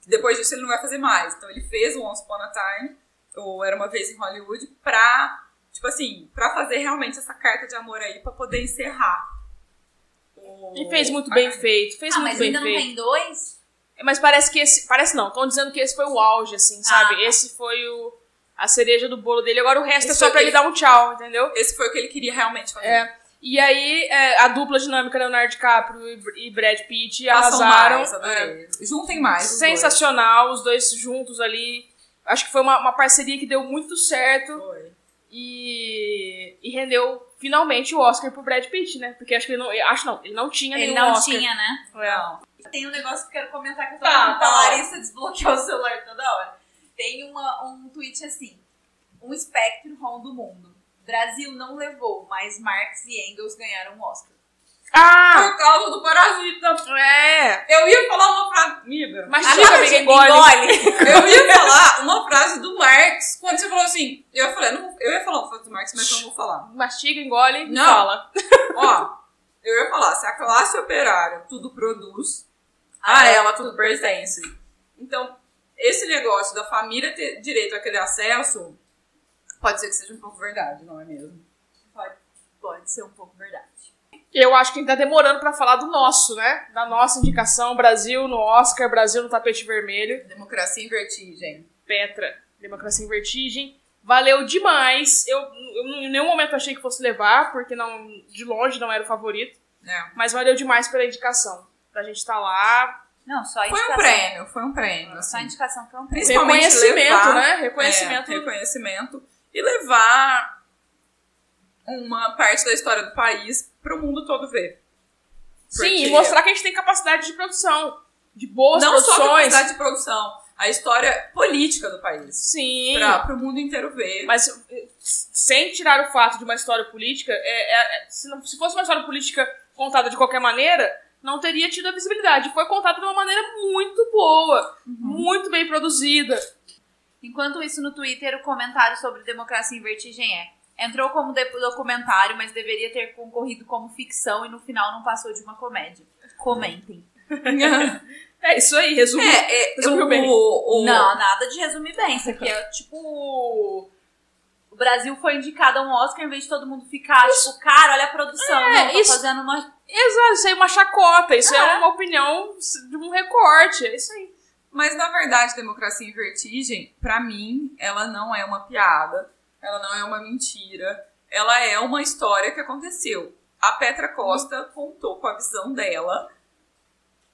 [SPEAKER 4] Depois disso, ele não vai fazer mais. Então, ele fez o Once Upon a Time, ou Era Uma Vez em Hollywood, pra, tipo assim, pra fazer realmente essa carta de amor aí, pra poder encerrar. o-
[SPEAKER 3] E fez muito bem feito. Fez
[SPEAKER 2] Ah,
[SPEAKER 3] muito
[SPEAKER 2] mas
[SPEAKER 3] bem
[SPEAKER 2] ainda não
[SPEAKER 3] feito.
[SPEAKER 2] tem dois?
[SPEAKER 3] Mas parece que esse. Parece não, estão dizendo que esse foi o auge, assim, sabe?
[SPEAKER 2] Ah.
[SPEAKER 3] Esse foi o, a cereja do bolo dele. Agora o
[SPEAKER 4] Esse
[SPEAKER 3] resto é só
[SPEAKER 4] foi
[SPEAKER 3] pra ele
[SPEAKER 4] aquele-
[SPEAKER 3] dar um tchau, entendeu?
[SPEAKER 4] Esse foi o que ele queria realmente fazer.
[SPEAKER 3] É. E aí é, a dupla dinâmica Leonardo DiCaprio e Br- e Brad Pitt
[SPEAKER 4] Façam
[SPEAKER 3] arrasaram. é.
[SPEAKER 4] mais, adorei. Juntem mais. os
[SPEAKER 3] Sensacional, os dois juntos ali. Acho que foi uma, uma parceria que deu muito certo
[SPEAKER 4] dois. Foi.
[SPEAKER 3] e, e rendeu finalmente o Oscar pro Brad Pitt, né? Porque acho que ele não. eu Acho não, ele não tinha
[SPEAKER 2] Ele
[SPEAKER 3] nenhum
[SPEAKER 2] não
[SPEAKER 3] Oscar.
[SPEAKER 2] tinha, né?
[SPEAKER 3] É.
[SPEAKER 2] Tem um negócio que eu quero comentar que eu tô
[SPEAKER 3] Tá,
[SPEAKER 2] falando, a
[SPEAKER 3] fala.
[SPEAKER 2] Larissa desbloqueou o celular toda hora. Tem uma, um tweet assim: um espectro rom do mundo. Brasil não levou, mas Marx e Engels ganharam o Oscar.
[SPEAKER 3] Ah!
[SPEAKER 4] Por causa do parasita.
[SPEAKER 3] É!
[SPEAKER 4] Eu ia falar uma frase. Amiga.
[SPEAKER 3] Mastiga, amiga, engole.
[SPEAKER 2] Engole.
[SPEAKER 4] Eu ia falar uma frase do Marx quando você falou assim. Eu falei, não, eu ia falar uma frase do Marx, mas eu não vou falar.
[SPEAKER 3] Mastiga, engole e
[SPEAKER 4] Não.
[SPEAKER 3] fala.
[SPEAKER 4] Ó, eu ia falar, se a classe operária tudo produz, a ela tudo pertence. Então, esse negócio da família ter direito àquele acesso, pode ser que seja um pouco verdade, não é mesmo?
[SPEAKER 2] Pode, pode ser um pouco verdade.
[SPEAKER 3] Eu acho que a gente tá demorando pra falar do nosso, né? Da nossa indicação, Brasil no Oscar, Brasil no tapete vermelho.
[SPEAKER 4] Democracia em vertigem.
[SPEAKER 3] Petra, Democracia em Vertigem. Valeu demais. Eu, eu em nenhum momento achei que fosse levar, porque não de longe não era o favorito.
[SPEAKER 4] É.
[SPEAKER 3] Mas valeu demais pela indicação. Da gente estar tá lá.
[SPEAKER 2] Não, só a
[SPEAKER 4] Foi um
[SPEAKER 2] indicação.
[SPEAKER 4] prêmio, foi um prêmio.
[SPEAKER 2] Só a
[SPEAKER 4] assim.
[SPEAKER 2] indicação foi um prêmio.
[SPEAKER 4] Principalmente
[SPEAKER 3] reconhecimento,
[SPEAKER 4] levar-
[SPEAKER 3] né? Reconhecimento.
[SPEAKER 4] É, reconhecimento. E levar uma parte da história do país pro mundo todo ver.
[SPEAKER 3] Sim,
[SPEAKER 4] Porque-
[SPEAKER 3] e mostrar que a gente tem capacidade de produção. De boas
[SPEAKER 4] não só a
[SPEAKER 3] produções.
[SPEAKER 4] capacidade de produção, a história política do país.
[SPEAKER 3] Sim.
[SPEAKER 4] Pra, pro mundo inteiro ver.
[SPEAKER 3] Mas eh, sem tirar o fato de uma história política, é- é- é- se, não- se fosse uma história política contada de qualquer maneira, não teria tido a visibilidade. Foi contada de uma maneira muito boa, muito bem produzida.
[SPEAKER 2] Enquanto isso, no Twitter, o comentário sobre Democracia em Vertigem é: entrou como de- documentário, mas deveria ter concorrido como ficção e no final não passou de uma comédia. Comentem.
[SPEAKER 3] É isso aí, resumo.
[SPEAKER 4] é, é,
[SPEAKER 3] Resumiu
[SPEAKER 4] o-
[SPEAKER 3] bem.
[SPEAKER 4] o- o-
[SPEAKER 2] Não, nada de resumir bem. Isso aqui é tipo. O Brasil foi indicado a um Oscar em vez de todo mundo ficar, tipo, cara, olha a produção,
[SPEAKER 3] É,
[SPEAKER 2] não, tá
[SPEAKER 3] isso-
[SPEAKER 2] fazendo uma.
[SPEAKER 3] Exato, isso aí é uma chacota, isso é.
[SPEAKER 2] É.
[SPEAKER 3] uma opinião de um recorte, é isso aí.
[SPEAKER 4] Mas na verdade, Democracia em Vertigem, pra mim, ela não é uma piada, ela não é uma mentira, ela é uma história que aconteceu. A Petra Costa contou com a visão dela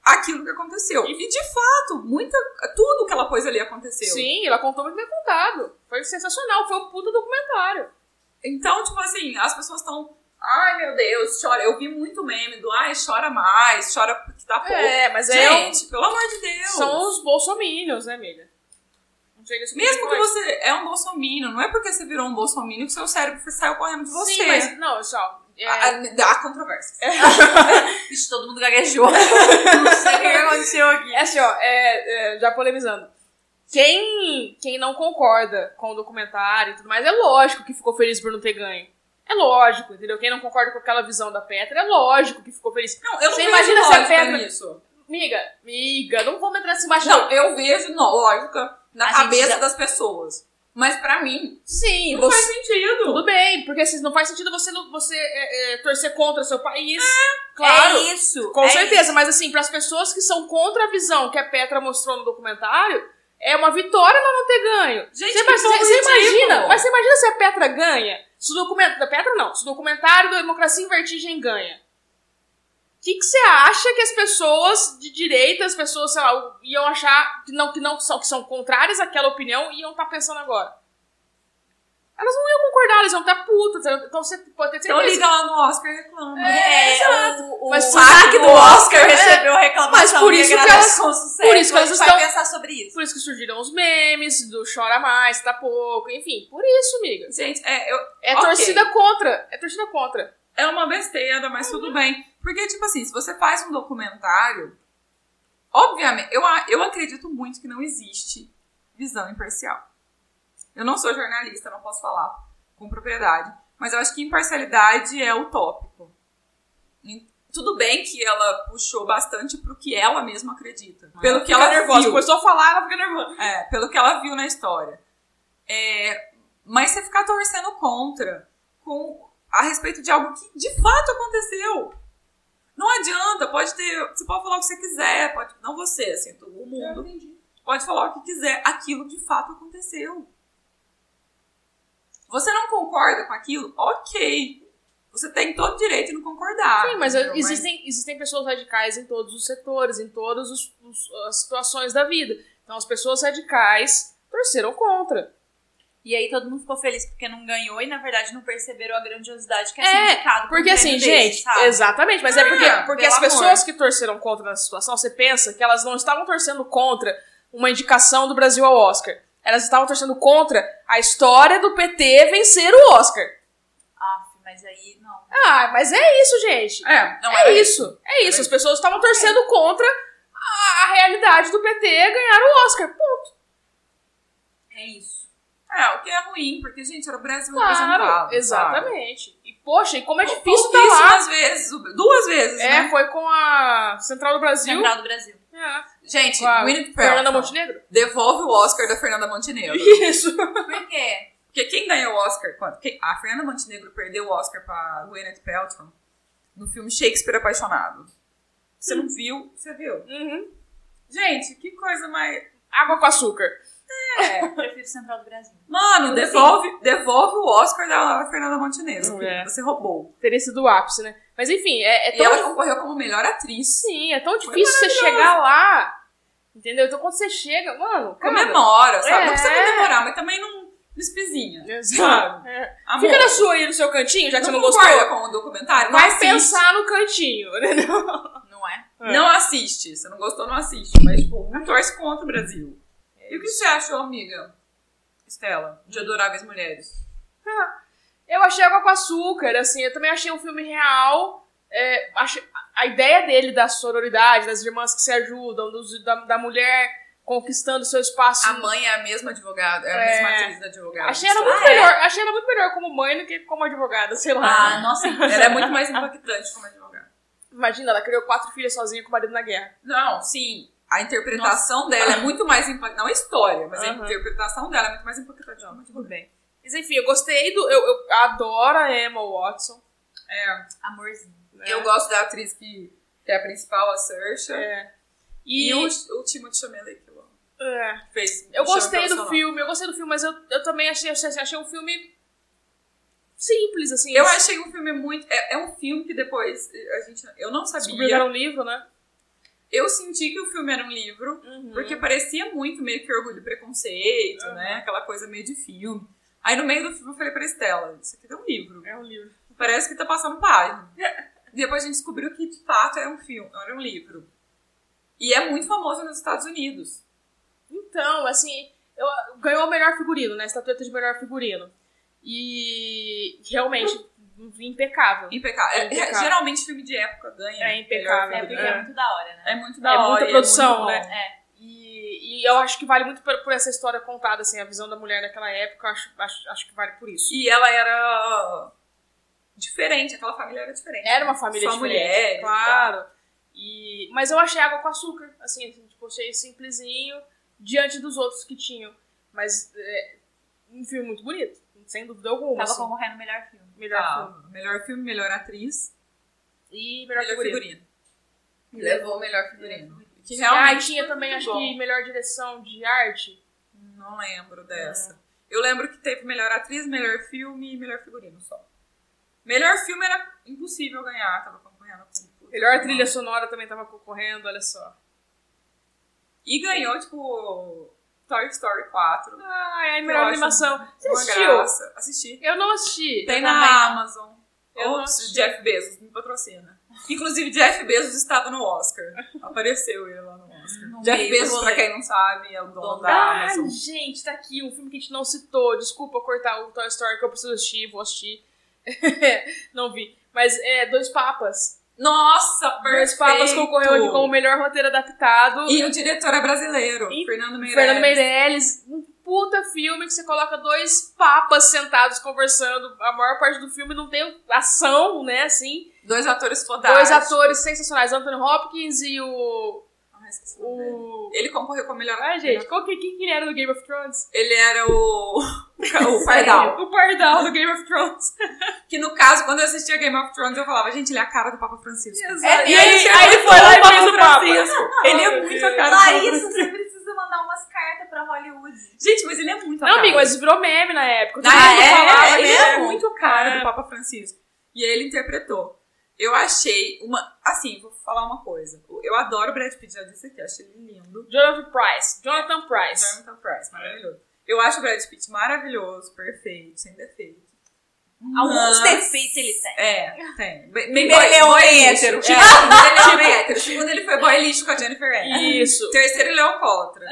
[SPEAKER 4] aquilo que aconteceu. E de fato, muita, tudo que ela pôs ali aconteceu.
[SPEAKER 3] Sim, ela contou muito bem contado. Foi sensacional, foi um puta documentário.
[SPEAKER 4] Então, tipo assim, as pessoas estão. Ai meu Deus, chora. Eu vi muito meme do ai, chora mais, chora porque tá pouco.
[SPEAKER 3] É, mas é um-
[SPEAKER 4] Gente, pelo amor de Deus.
[SPEAKER 3] são os bolsominions, né, amiga? Não sei se-
[SPEAKER 4] Mesmo que você é um bolsominion, não é porque você virou um bolsominion que seu cérebro saiu correndo de você. É,
[SPEAKER 3] Sim, mas não, só. é,
[SPEAKER 2] Ah,
[SPEAKER 4] Há, há controvérsias.
[SPEAKER 2] Ixi, todo mundo gaguejou. não sei o que aconteceu aqui.
[SPEAKER 3] É assim, ó, é, é, já polemizando. Quem, quem não concorda com o documentário e tudo mais, é lógico que ficou feliz por não ter ganho. É lógico, entendeu? Quem não concorda com aquela visão da Petra, é lógico que ficou feliz.
[SPEAKER 4] Não, eu não
[SPEAKER 3] Você
[SPEAKER 4] vejo
[SPEAKER 3] imagina se a
[SPEAKER 4] lógica
[SPEAKER 3] pedra-
[SPEAKER 4] nisso.
[SPEAKER 3] Miga, miga, não vamos entrar nesse baixo.
[SPEAKER 4] Não, eu vejo no- lógica na
[SPEAKER 2] A gente
[SPEAKER 4] cabeça
[SPEAKER 2] já-
[SPEAKER 4] das pessoas. Mas pra mim,
[SPEAKER 3] Sim,
[SPEAKER 4] não
[SPEAKER 3] você-
[SPEAKER 4] faz sentido.
[SPEAKER 3] tudo bem, porque assim, não faz sentido você, não- você é, é, torcer contra seu país. claro.
[SPEAKER 2] É isso.
[SPEAKER 3] Com
[SPEAKER 2] é
[SPEAKER 3] certeza,
[SPEAKER 2] isso.
[SPEAKER 3] mas assim, para as pessoas que são contra a visão que a Petra mostrou no documentário, é uma vitória ela não ter ganho.
[SPEAKER 4] Gente,
[SPEAKER 3] você,
[SPEAKER 4] que
[SPEAKER 3] mas-
[SPEAKER 4] povo
[SPEAKER 3] você- você
[SPEAKER 4] ridículo.
[SPEAKER 3] imagina, mas você imagina se a Petra ganha? Se o documento, da Petra não, se o documentário da Democracia em Vertigem ganha. O que, que você acha que as pessoas de direita, as pessoas, sei lá, iam achar que não, que não são, que são contrárias àquela opinião e iam estar pensando agora? Elas não iam concordar, elas iam estar putas. Então você pode ter
[SPEAKER 4] Então
[SPEAKER 3] certeza.
[SPEAKER 4] liga lá no Oscar e reclama.
[SPEAKER 2] É, o, o
[SPEAKER 3] Mas o
[SPEAKER 2] saque
[SPEAKER 3] saque
[SPEAKER 2] do
[SPEAKER 3] do
[SPEAKER 2] Oscar
[SPEAKER 3] Oscar, é,
[SPEAKER 2] recebeu reclamação.
[SPEAKER 3] Mas por
[SPEAKER 2] e
[SPEAKER 3] isso que
[SPEAKER 2] agradece
[SPEAKER 3] elas-
[SPEAKER 2] com sucesso.
[SPEAKER 3] por isso que
[SPEAKER 2] A
[SPEAKER 3] elas
[SPEAKER 2] gente
[SPEAKER 3] estão-
[SPEAKER 2] vai pensar sobre isso.
[SPEAKER 3] Por isso que surgiram os memes do chora mais, tá pouco, enfim, por isso, amiga.
[SPEAKER 4] Gente, é, eu-
[SPEAKER 3] É
[SPEAKER 4] Ok.
[SPEAKER 3] torcida contra, é torcida contra.
[SPEAKER 4] é uma besteira, mas tudo bem. Porque, tipo assim, se você faz um documentário, obviamente, eu, a- eu acredito muito que não existe visão imparcial. Eu não sou jornalista, não posso falar com propriedade, mas eu acho que imparcialidade é o tópico. E Tudo bem que ela puxou bastante pro que ela mesma acredita. Pelo que ela viu.
[SPEAKER 3] é? começou a falar, ela fica nervosa.
[SPEAKER 4] É, pelo que ela viu na história. É, mas você ficar torcendo contra com, a respeito de algo que de fato aconteceu. Não adianta, pode ter. Você pode falar o que você quiser, pode, não você, assim, todo o mundo. Pode falar o que quiser. Aquilo de fato aconteceu. Você não concorda com aquilo? Ok. Você tem todo direito de não concordar.
[SPEAKER 3] Sim, mas
[SPEAKER 4] entendeu?
[SPEAKER 3] existem, existem pessoas radicais em todos os setores, em todas os- os- as situações da vida. Então as pessoas radicais torceram contra.
[SPEAKER 2] E aí todo mundo ficou feliz porque não ganhou e, na verdade, não perceberam a grandiosidade que é,
[SPEAKER 3] É,
[SPEAKER 2] significado. pra um
[SPEAKER 3] Porque assim,
[SPEAKER 2] prêmio desse,
[SPEAKER 3] gente,
[SPEAKER 2] sabe?
[SPEAKER 3] exatamente, mas é
[SPEAKER 4] Ah,
[SPEAKER 3] porque, porque
[SPEAKER 4] pelo
[SPEAKER 3] as
[SPEAKER 4] amor.
[SPEAKER 3] pessoas que torceram contra nessa situação, você pensa que elas não estavam torcendo contra uma indicação do Brasil ao Oscar. Elas estavam torcendo contra a história do PT vencer o Oscar.
[SPEAKER 2] Aff, mas aí, não.
[SPEAKER 3] Ah, mas é isso, gente.
[SPEAKER 4] É,
[SPEAKER 3] Não é isso. É isso. As pessoas estavam torcendo contra a, a realidade do PT ganhar o Oscar. Ponto.
[SPEAKER 2] É isso.
[SPEAKER 4] é, o que é ruim, porque, gente, era o Brasil representado.
[SPEAKER 3] Claro.
[SPEAKER 4] sabe?
[SPEAKER 3] Exatamente. E, poxa, e como é difícil tá lá.
[SPEAKER 4] Pouquíssimas vezes, duas vezes,
[SPEAKER 3] É,
[SPEAKER 4] né?
[SPEAKER 3] foi com a Central do Brasil.
[SPEAKER 2] Central do Brasil.
[SPEAKER 3] É.
[SPEAKER 4] Gente,
[SPEAKER 3] Com a
[SPEAKER 4] Gwyneth
[SPEAKER 3] Fernanda
[SPEAKER 4] Paltrow
[SPEAKER 3] Montenegro.
[SPEAKER 4] devolve o Oscar da Fernanda Montenegro.
[SPEAKER 3] Isso.
[SPEAKER 2] Por quê?
[SPEAKER 4] Porque quem ganhou o Oscar? Quando? Quem- A Fernanda Montenegro perdeu o Oscar pra Gwyneth Paltrow no filme Shakespeare Apaixonado. Você não viu? Você viu?
[SPEAKER 3] Uhum.
[SPEAKER 4] Gente, que coisa mais...
[SPEAKER 3] Água com açúcar.
[SPEAKER 4] É.
[SPEAKER 2] Prefiro Central do Brasil.
[SPEAKER 4] Mano, devolve, devolve o Oscar da Fernanda Montenegro.
[SPEAKER 3] É.
[SPEAKER 4] Você roubou.
[SPEAKER 3] Teria sido o ápice, né? Mas enfim, é, é
[SPEAKER 4] E
[SPEAKER 3] tão
[SPEAKER 4] ela concorreu como melhor atriz.
[SPEAKER 3] Sim, é tão difícil você chegar lá. Entendeu? Então quando você chega, mano, cara,
[SPEAKER 4] Comemora, sabe? Não
[SPEAKER 3] É.
[SPEAKER 4] precisa comemorar, mas também não despizinha.
[SPEAKER 3] Exato. É.
[SPEAKER 4] Amor,
[SPEAKER 3] Fica na sua aí no seu cantinho, já que
[SPEAKER 4] não
[SPEAKER 3] você não
[SPEAKER 4] concorda
[SPEAKER 3] gostou.
[SPEAKER 4] com o documentário? Não
[SPEAKER 3] Vai
[SPEAKER 4] assiste.
[SPEAKER 3] pensar no cantinho, entendeu?
[SPEAKER 2] Não é?
[SPEAKER 3] É.
[SPEAKER 4] Não assiste. Se não gostou, não assiste. Mas, tipo, não torce contra o Brasil. E o que você achou, amiga? Estela, de Adoráveis Mulheres.
[SPEAKER 3] Eu achei água com açúcar, assim, eu também achei um filme real. é, achei- a ideia dele da sororidade, das irmãs que se ajudam, dos- da, da mulher conquistando seu espaço.
[SPEAKER 4] A mãe é a mesma advogada, é a
[SPEAKER 3] É.
[SPEAKER 4] mesma atriz da advogada.
[SPEAKER 3] Achei ela, muito
[SPEAKER 4] Ah, é?
[SPEAKER 3] melhor, achei ela muito melhor como mãe do que como advogada, sei lá.
[SPEAKER 2] Ah, nossa.
[SPEAKER 4] Ela é muito mais impactante como advogada.
[SPEAKER 3] Imagina, ela criou quatro filhas sozinha com o marido na guerra.
[SPEAKER 4] Não, sim. A interpretação dela é muito mais impactante. Não a história, mas a
[SPEAKER 3] Aham.
[SPEAKER 4] interpretação dela é muito mais impactante como advogada.
[SPEAKER 3] bem. Mas enfim, eu gostei do. Eu, eu adoro a Emma Watson.
[SPEAKER 4] É.
[SPEAKER 2] Amorzinho.
[SPEAKER 3] né?
[SPEAKER 4] Eu gosto da atriz que, que é a principal, a Saoirse.
[SPEAKER 3] É.
[SPEAKER 4] E,
[SPEAKER 3] E,
[SPEAKER 4] o, o Timothée Chalamet que eu amo.
[SPEAKER 3] é.
[SPEAKER 4] fez.
[SPEAKER 3] Eu
[SPEAKER 4] me chama
[SPEAKER 3] gostei
[SPEAKER 4] pelo
[SPEAKER 3] do
[SPEAKER 4] seu nome.
[SPEAKER 3] filme, eu gostei do filme, mas eu, eu também achei, achei, achei um filme simples, assim.
[SPEAKER 4] Eu achei um filme muito. É, é um filme que depois eh, a gente. Eu não
[SPEAKER 3] Descobriu que
[SPEAKER 4] sabia.
[SPEAKER 3] era um livro, né?
[SPEAKER 4] Eu senti que o filme era um livro,
[SPEAKER 3] Uhum.
[SPEAKER 4] porque parecia muito meio que orgulho e preconceito, né? Aquela coisa meio de filme. Aí no meio do filme eu falei pra Estela: Isso aqui é um livro.
[SPEAKER 3] É um livro.
[SPEAKER 4] Parece que tá passando página. Depois a gente descobriu que de fato era um filme, era um livro. E é muito famoso nos Estados Unidos.
[SPEAKER 3] Então, assim, eu, ganhou o melhor figurino, né? Estatueta de melhor figurino. E realmente, impecável.
[SPEAKER 4] Impecável. É- é-
[SPEAKER 3] Impecável.
[SPEAKER 4] geralmente filme de época ganha.
[SPEAKER 3] É impecável.
[SPEAKER 4] melhor
[SPEAKER 2] É
[SPEAKER 4] filme.
[SPEAKER 2] porque
[SPEAKER 3] É.
[SPEAKER 2] é muito da hora, né?
[SPEAKER 4] É muito da
[SPEAKER 3] É
[SPEAKER 4] hora.
[SPEAKER 3] muita
[SPEAKER 4] e
[SPEAKER 3] produção,
[SPEAKER 4] muito bom.
[SPEAKER 3] né? E, e eu acho que vale muito por, por essa história contada, assim, a visão da mulher naquela época, eu acho, acho, acho que vale por isso.
[SPEAKER 4] E ela era diferente, aquela família era diferente.
[SPEAKER 3] Era uma família
[SPEAKER 4] Só
[SPEAKER 3] diferente,
[SPEAKER 4] mulheres e
[SPEAKER 3] claro. E, mas eu achei água com açúcar, assim, assim, tipo, achei simplesinho diante dos outros que tinham. Mas é, um filme muito bonito, sem dúvida alguma.
[SPEAKER 2] Tava
[SPEAKER 3] assim.
[SPEAKER 2] concorrendo o melhor filme.
[SPEAKER 3] melhor filme.
[SPEAKER 4] Tá. Melhor filme, melhor atriz,
[SPEAKER 3] E melhor,
[SPEAKER 4] melhor,
[SPEAKER 3] figurino.
[SPEAKER 4] figurino. Levou o melhor figurino. Que
[SPEAKER 3] Ah,
[SPEAKER 4] realmente
[SPEAKER 3] e tinha
[SPEAKER 4] foi
[SPEAKER 3] também,
[SPEAKER 4] muito
[SPEAKER 3] acho
[SPEAKER 4] bom.
[SPEAKER 3] que melhor direção de arte.
[SPEAKER 4] Não lembro dessa. Eu lembro que teve melhor atriz, melhor filme e melhor figurino só. Melhor filme era impossível ganhar, tava concorrendo com
[SPEAKER 3] Melhor trilha sonora também tava concorrendo, olha só.
[SPEAKER 4] E ganhou, tipo, Toy Story 4.
[SPEAKER 3] Ah, é a
[SPEAKER 4] Eu
[SPEAKER 3] melhor
[SPEAKER 4] acho
[SPEAKER 3] animação. Você
[SPEAKER 4] Uma
[SPEAKER 3] assistiu?
[SPEAKER 4] graça. Assisti.
[SPEAKER 3] Eu não assisti.
[SPEAKER 4] Tem
[SPEAKER 2] também
[SPEAKER 4] na
[SPEAKER 2] não.
[SPEAKER 4] Amazon.
[SPEAKER 3] Eu não
[SPEAKER 4] Ou
[SPEAKER 3] assisti.
[SPEAKER 4] Jeff Bezos, me patrocina. Inclusive, Jeff Bezos estava no Oscar. Apareceu ele lá no Oscar.
[SPEAKER 3] Um
[SPEAKER 2] No
[SPEAKER 4] Jeff
[SPEAKER 2] meio do
[SPEAKER 4] Bezos, pra
[SPEAKER 2] rolê.
[SPEAKER 4] quem não sabe, é o dono
[SPEAKER 2] Dono
[SPEAKER 4] da
[SPEAKER 3] Ah,
[SPEAKER 4] Amazon.
[SPEAKER 3] gente, tá aqui um filme que a gente não citou. Desculpa cortar o Toy Story que eu preciso assistir, vou assistir. não vi. Mas é Dois Papas.
[SPEAKER 4] Nossa,
[SPEAKER 3] Dois
[SPEAKER 4] perfeito!
[SPEAKER 3] Papas concorreu aqui como o melhor roteiro adaptado.
[SPEAKER 4] E o diretor é brasileiro,
[SPEAKER 3] E-
[SPEAKER 4] Fernando Meirelles.
[SPEAKER 3] Fernando Meirelles. Um puta filme que você coloca dois papas sentados conversando. A maior parte do filme não tem ação, né? Assim.
[SPEAKER 4] Dois atores fodásticos.
[SPEAKER 3] Dois atores sensacionais, Anthony Hopkins e o.
[SPEAKER 4] Ah, esqueci o nome dele.
[SPEAKER 3] o...
[SPEAKER 4] Ele concorreu com o melhor...
[SPEAKER 3] Ai, gente, qual que, quem que ele era do Game of Thrones?
[SPEAKER 4] Ele era o... O Pardal.
[SPEAKER 3] O Pardal do Game of Thrones.
[SPEAKER 4] que no caso, quando eu assistia Game of Thrones, eu falava, gente, ele é a cara do Papa Francisco.
[SPEAKER 3] Exato.
[SPEAKER 4] É,
[SPEAKER 3] E aí-
[SPEAKER 4] chegou
[SPEAKER 3] aí ele
[SPEAKER 4] no
[SPEAKER 3] foi lá e
[SPEAKER 4] Papa
[SPEAKER 3] fez o Papa.
[SPEAKER 4] Francisco. Ele é muito a cara do Papa
[SPEAKER 2] Larissa,
[SPEAKER 4] Francisco.
[SPEAKER 2] você precisa mandar umas cartas pra Hollywood.
[SPEAKER 4] Gente, mas ele é muito a
[SPEAKER 3] Não,
[SPEAKER 4] cara.
[SPEAKER 3] amigo, mas virou meme na época.
[SPEAKER 4] Na
[SPEAKER 3] Todo mundo
[SPEAKER 4] época,
[SPEAKER 3] falava,
[SPEAKER 4] ele
[SPEAKER 3] né?
[SPEAKER 4] Ah, é muito cara
[SPEAKER 3] É.
[SPEAKER 4] do Papa Francisco. E aí ele interpretou. Eu achei uma. Assim, vou falar uma coisa. Eu adoro o Brad Pitt, já disse aqui, eu achei ele lindo.
[SPEAKER 3] Jonathan Price. Jonathan Price.
[SPEAKER 4] Jonathan Price, maravilhoso. Eu acho o Brad Pitt maravilhoso, perfeito, sem defeito.
[SPEAKER 2] Alguns
[SPEAKER 4] Mas-
[SPEAKER 2] defeitos ele tem.
[SPEAKER 4] É, tem. Bem,
[SPEAKER 2] Ele
[SPEAKER 4] boy
[SPEAKER 2] é homem hétero.
[SPEAKER 4] lixo. É, primeiro ele é homem hétero. Segundo, ele foi boy lixo com a Jennifer Aniston.
[SPEAKER 3] Isso.
[SPEAKER 4] Terceiro, ele é alcoólatra.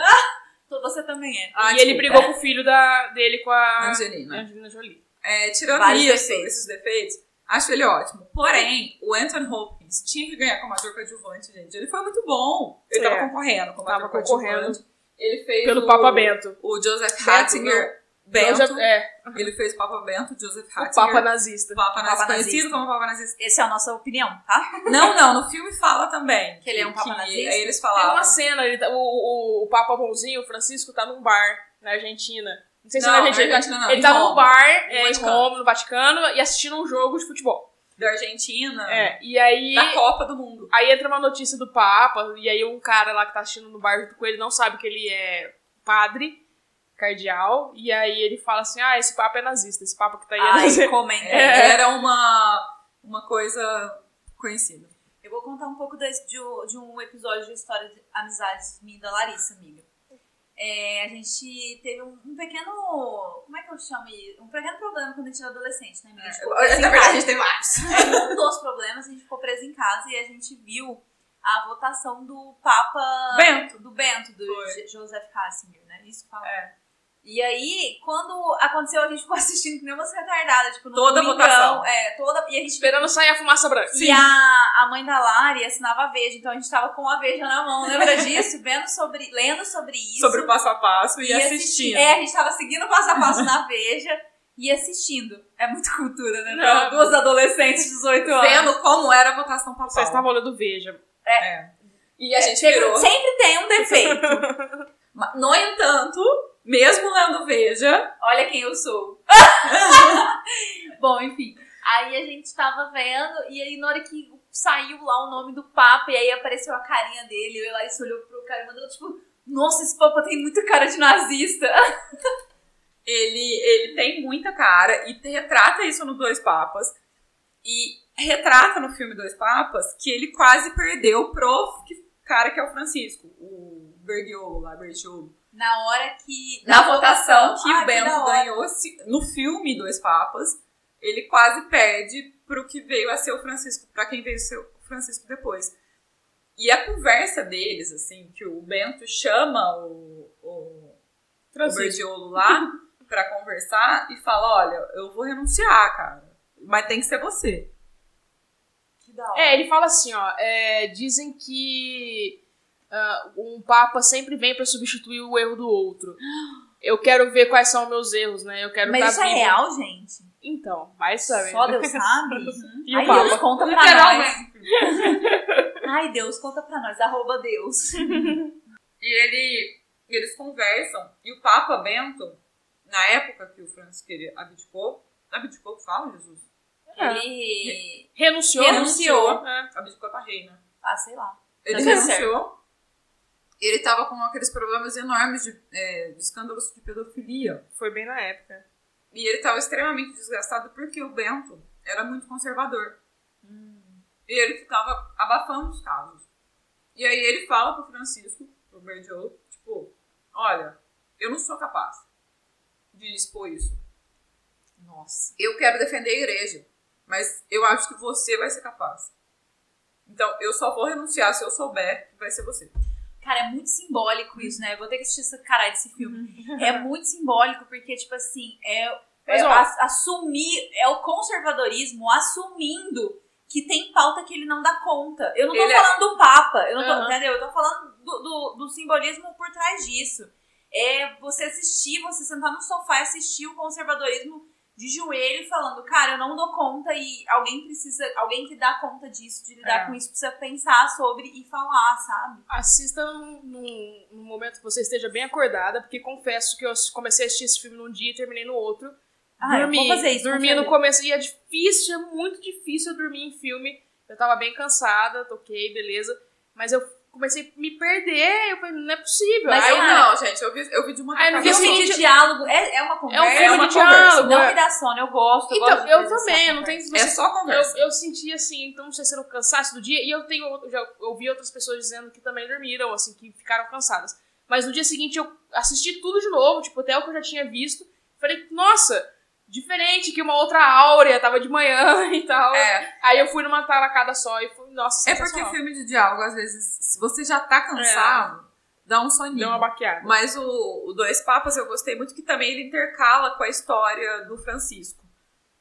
[SPEAKER 2] Então Você também é.
[SPEAKER 4] Ah,
[SPEAKER 3] e ele
[SPEAKER 4] desculpa.
[SPEAKER 3] brigou com o filho da, dele com a
[SPEAKER 4] Angelina.
[SPEAKER 3] Angelina Jolie.
[SPEAKER 4] É, tirando
[SPEAKER 2] Vários
[SPEAKER 4] isso,
[SPEAKER 2] defeitos.
[SPEAKER 4] esses defeitos, acho ele ótimo. Porém, o Anton Hopkins tinha que ganhar como ator coadjuvante, gente. Ele foi muito bom. Ele
[SPEAKER 3] É.
[SPEAKER 4] tava concorrendo como
[SPEAKER 3] Tava
[SPEAKER 4] ator coadjuvante.
[SPEAKER 3] concorrendo.
[SPEAKER 4] Ele fez
[SPEAKER 3] Pelo
[SPEAKER 4] o,
[SPEAKER 3] Papa Bento.
[SPEAKER 4] O Joseph
[SPEAKER 3] Bento,
[SPEAKER 4] Ratzinger. Bento.
[SPEAKER 3] Então, já- é,
[SPEAKER 4] Ele fez o Papa Bento, Joseph
[SPEAKER 3] o
[SPEAKER 4] Ratzinger.
[SPEAKER 3] Papa nazista.
[SPEAKER 4] O Papa nazista.
[SPEAKER 2] Papa
[SPEAKER 4] conhecido
[SPEAKER 2] nazista.
[SPEAKER 4] como Papa nazista.
[SPEAKER 2] Essa é a nossa opinião, tá?
[SPEAKER 4] Não, não, no filme fala também.
[SPEAKER 2] Que ele é um Papa nazista?
[SPEAKER 4] Aí eles
[SPEAKER 3] Tem
[SPEAKER 4] falavam.
[SPEAKER 3] uma cena, ele tá- o, o, o Papa Bonzinho, o Francisco, tá num bar na Argentina. Não sei se é
[SPEAKER 4] Não,
[SPEAKER 3] na Argentina.
[SPEAKER 4] na Argentina não,
[SPEAKER 3] ele
[SPEAKER 4] em
[SPEAKER 3] tá
[SPEAKER 4] Roma.
[SPEAKER 3] num bar
[SPEAKER 4] No
[SPEAKER 3] é, em
[SPEAKER 4] Vaticano.
[SPEAKER 3] Roma, no Vaticano, e assistindo um jogo de futebol.
[SPEAKER 4] Da Argentina.
[SPEAKER 3] É, e aí.
[SPEAKER 4] Da Copa do Mundo.
[SPEAKER 3] Aí entra uma notícia do Papa, e aí um cara lá que tá assistindo no bar junto com ele não sabe que ele é padre, cardeal, e aí ele fala assim: ah, esse Papa é nazista, esse Papa que tá aí é
[SPEAKER 2] Ai,
[SPEAKER 3] nazista.
[SPEAKER 2] comenta.
[SPEAKER 4] É, Era uma, uma coisa conhecida.
[SPEAKER 2] Eu vou contar um pouco desse- de, um- de um episódio de história de amizades minha e da Larissa, amiga. É, a gente teve um, um pequeno. Como é que eu chamo isso? Um pequeno problema quando a gente era adolescente, né, amiga? A gente ficou presa em
[SPEAKER 4] Na verdade, a gente tem vários.
[SPEAKER 2] casa. um dos problemas, a gente ficou preso em casa e a gente viu a votação do Papa.
[SPEAKER 4] Bento.
[SPEAKER 2] Do Bento, do
[SPEAKER 4] Foi.
[SPEAKER 2] Jo- Joseph Ratzinger, né? Isso que fala.
[SPEAKER 4] É.
[SPEAKER 2] E aí, quando aconteceu, a gente ficou assistindo que nem umas retardadas. Tipo, no
[SPEAKER 4] Toda a
[SPEAKER 2] domingão,
[SPEAKER 4] votação.
[SPEAKER 2] É, toda. E a gente
[SPEAKER 3] Esperando sair a fumaça branca.
[SPEAKER 2] e a, a mãe da Lari assinava a Veja, então a gente tava com a Veja na mão, lembra disso? Vendo sobre, lendo sobre isso.
[SPEAKER 4] sobre o passo a passo e, assim,
[SPEAKER 2] e assisti-
[SPEAKER 4] assistindo.
[SPEAKER 2] É, a gente tava seguindo o passo a passo na Veja e assistindo. É muito cultura, né?
[SPEAKER 3] Não.
[SPEAKER 2] Pra duas adolescentes de 18 anos.
[SPEAKER 4] Vendo como era a votação papal.
[SPEAKER 3] Vocês estavam olhando Veja.
[SPEAKER 4] E a gente
[SPEAKER 2] Sempre-
[SPEAKER 4] virou.
[SPEAKER 2] Sempre tem um defeito.
[SPEAKER 4] Ma- No entanto, mesmo lendo Veja,
[SPEAKER 2] Olha quem eu sou. Bom, enfim. Aí a gente tava vendo, e aí na hora que saiu lá o nome do Papa, e aí apareceu a carinha dele, e lá isso olhou pro cara e mandou tipo: Nossa, esse Papa tem muita cara de nazista.
[SPEAKER 4] ele, ele tem muita cara e te- retrata isso no Dois Papas. E retrata no filme Dois Papas que ele quase perdeu pro que- cara que é o Francisco, o Bergiolo lá, Bergiolo.
[SPEAKER 2] Na hora que.
[SPEAKER 4] Na votação que
[SPEAKER 2] Ah,
[SPEAKER 4] o
[SPEAKER 2] da
[SPEAKER 4] Bento
[SPEAKER 2] hora.
[SPEAKER 4] ganhou se- no filme Dois Papas, ele quase perde pro que veio a ser o Francisco, pra quem veio a ser o Francisco depois. E a conversa deles, assim, que o Bento chama o, o, o Bergiolo lá pra conversar e fala: Olha, eu vou renunciar, cara. Mas tem que ser você.
[SPEAKER 2] Que da hora.
[SPEAKER 3] É, ele fala assim, ó. é, dizem que ah, um papa sempre vem pra substituir o erro do outro. Eu quero ver quais são meus erros, né? Eu quero
[SPEAKER 2] Mas
[SPEAKER 3] tá
[SPEAKER 2] isso é
[SPEAKER 3] vivo.
[SPEAKER 2] real, gente?
[SPEAKER 3] Então, vai saber.
[SPEAKER 2] Só
[SPEAKER 3] né?
[SPEAKER 2] Deus sabe?
[SPEAKER 3] E
[SPEAKER 2] Ai,
[SPEAKER 3] o papa?
[SPEAKER 2] Deus, conta pra nós.
[SPEAKER 4] Literalmente.
[SPEAKER 2] Ai, Deus, conta pra nós. Arroba Deus.
[SPEAKER 4] E ele, eles conversam. E o Papa Bento, na época que o Francisco ele abdicou, abdicou que fala, Jesus?
[SPEAKER 3] É.
[SPEAKER 2] Ele.
[SPEAKER 3] Renunciou.
[SPEAKER 4] Renunciou.
[SPEAKER 3] né?
[SPEAKER 4] Abdicou pra reina.
[SPEAKER 2] Ah, sei lá.
[SPEAKER 4] Ele
[SPEAKER 2] Tá certo.
[SPEAKER 4] renunciou. Ele tava com aqueles problemas enormes de, é, de escândalos de pedofilia.
[SPEAKER 3] Foi bem na época.
[SPEAKER 4] E ele estava extremamente desgastado porque o Bento era muito conservador.
[SPEAKER 2] Hum.
[SPEAKER 4] E ele ficava abafando os casos. E aí ele fala pro Francisco, pro Berdiolo, tipo, olha, eu não sou capaz de expor isso.
[SPEAKER 2] Nossa.
[SPEAKER 4] Eu quero defender a igreja, mas eu acho que você vai ser capaz. Então, eu só vou renunciar se eu souber que vai ser você.
[SPEAKER 2] Cara, é muito simbólico isso, né? Eu vou ter que assistir essa caralho desse filme. É muito simbólico, porque, tipo assim, é,
[SPEAKER 3] Mas,
[SPEAKER 2] é
[SPEAKER 3] ó.
[SPEAKER 2] ass- assumir. É o conservadorismo assumindo que tem pauta que ele não dá conta. Eu não tô
[SPEAKER 4] Ele é-
[SPEAKER 2] falando do Papa. Eu não tô,
[SPEAKER 3] Aham.
[SPEAKER 2] entendeu? Eu tô falando do, do- do simbolismo por trás disso. É você assistir, você sentar no sofá e assistir o conservadorismo de joelho falando, cara, eu não dou conta e alguém precisa, alguém que dá conta disso, de lidar
[SPEAKER 4] É.
[SPEAKER 2] com isso, precisa pensar sobre e falar, sabe?
[SPEAKER 3] Assista num, num- num momento que você esteja bem acordada, porque confesso que eu ass- comecei a assistir esse filme num dia e terminei no outro.
[SPEAKER 2] Ah, eu
[SPEAKER 3] dormi,
[SPEAKER 2] vou fazer isso.
[SPEAKER 3] dormi
[SPEAKER 2] vou
[SPEAKER 3] no
[SPEAKER 2] fazer.
[SPEAKER 3] começo e é difícil, é muito difícil eu dormir em filme. Eu tava bem cansada, toquei, beleza. Mas eu comecei a me perder, eu falei, não é possível.
[SPEAKER 2] Mas
[SPEAKER 3] Aí
[SPEAKER 4] aí
[SPEAKER 3] eu-
[SPEAKER 2] cara-
[SPEAKER 4] não, gente, eu vi, eu vi de uma
[SPEAKER 3] Aí no
[SPEAKER 4] tacada
[SPEAKER 3] dia
[SPEAKER 2] Filme
[SPEAKER 4] só.
[SPEAKER 2] de
[SPEAKER 3] seguinte-
[SPEAKER 2] diálogo é, é uma conversa.
[SPEAKER 3] um
[SPEAKER 4] filme
[SPEAKER 2] uma
[SPEAKER 4] de
[SPEAKER 2] conversa.
[SPEAKER 3] diálogo,
[SPEAKER 2] Não
[SPEAKER 3] é.
[SPEAKER 2] me dá sono, eu gosto. eu gosto
[SPEAKER 3] Então,
[SPEAKER 2] de
[SPEAKER 3] eu
[SPEAKER 2] coisas assim,
[SPEAKER 3] também, eu não
[SPEAKER 2] conversa.
[SPEAKER 3] tenho.
[SPEAKER 4] É
[SPEAKER 3] você-
[SPEAKER 4] só conversa.
[SPEAKER 3] eu, eu senti assim, então não sei se era o cansaço do dia, e eu tenho, eu já ouvi outras pessoas dizendo que também dormiram, assim, que ficaram cansadas. Mas no dia seguinte eu assisti tudo de novo, tipo, até o que eu já tinha visto. Falei, nossa, diferente que uma outra áurea, tava de manhã e tal.
[SPEAKER 4] É,
[SPEAKER 3] Aí eu fui numa taracada só e fui, nossa,
[SPEAKER 4] é porque
[SPEAKER 3] sensacional.
[SPEAKER 4] filme de diálogo, às vezes, se você já
[SPEAKER 2] É.
[SPEAKER 4] tá cansado, dá um soninho.
[SPEAKER 3] deu uma baqueada.
[SPEAKER 4] Mas o, o Dois Papas eu gostei muito, que também ele intercala com a história do Francisco.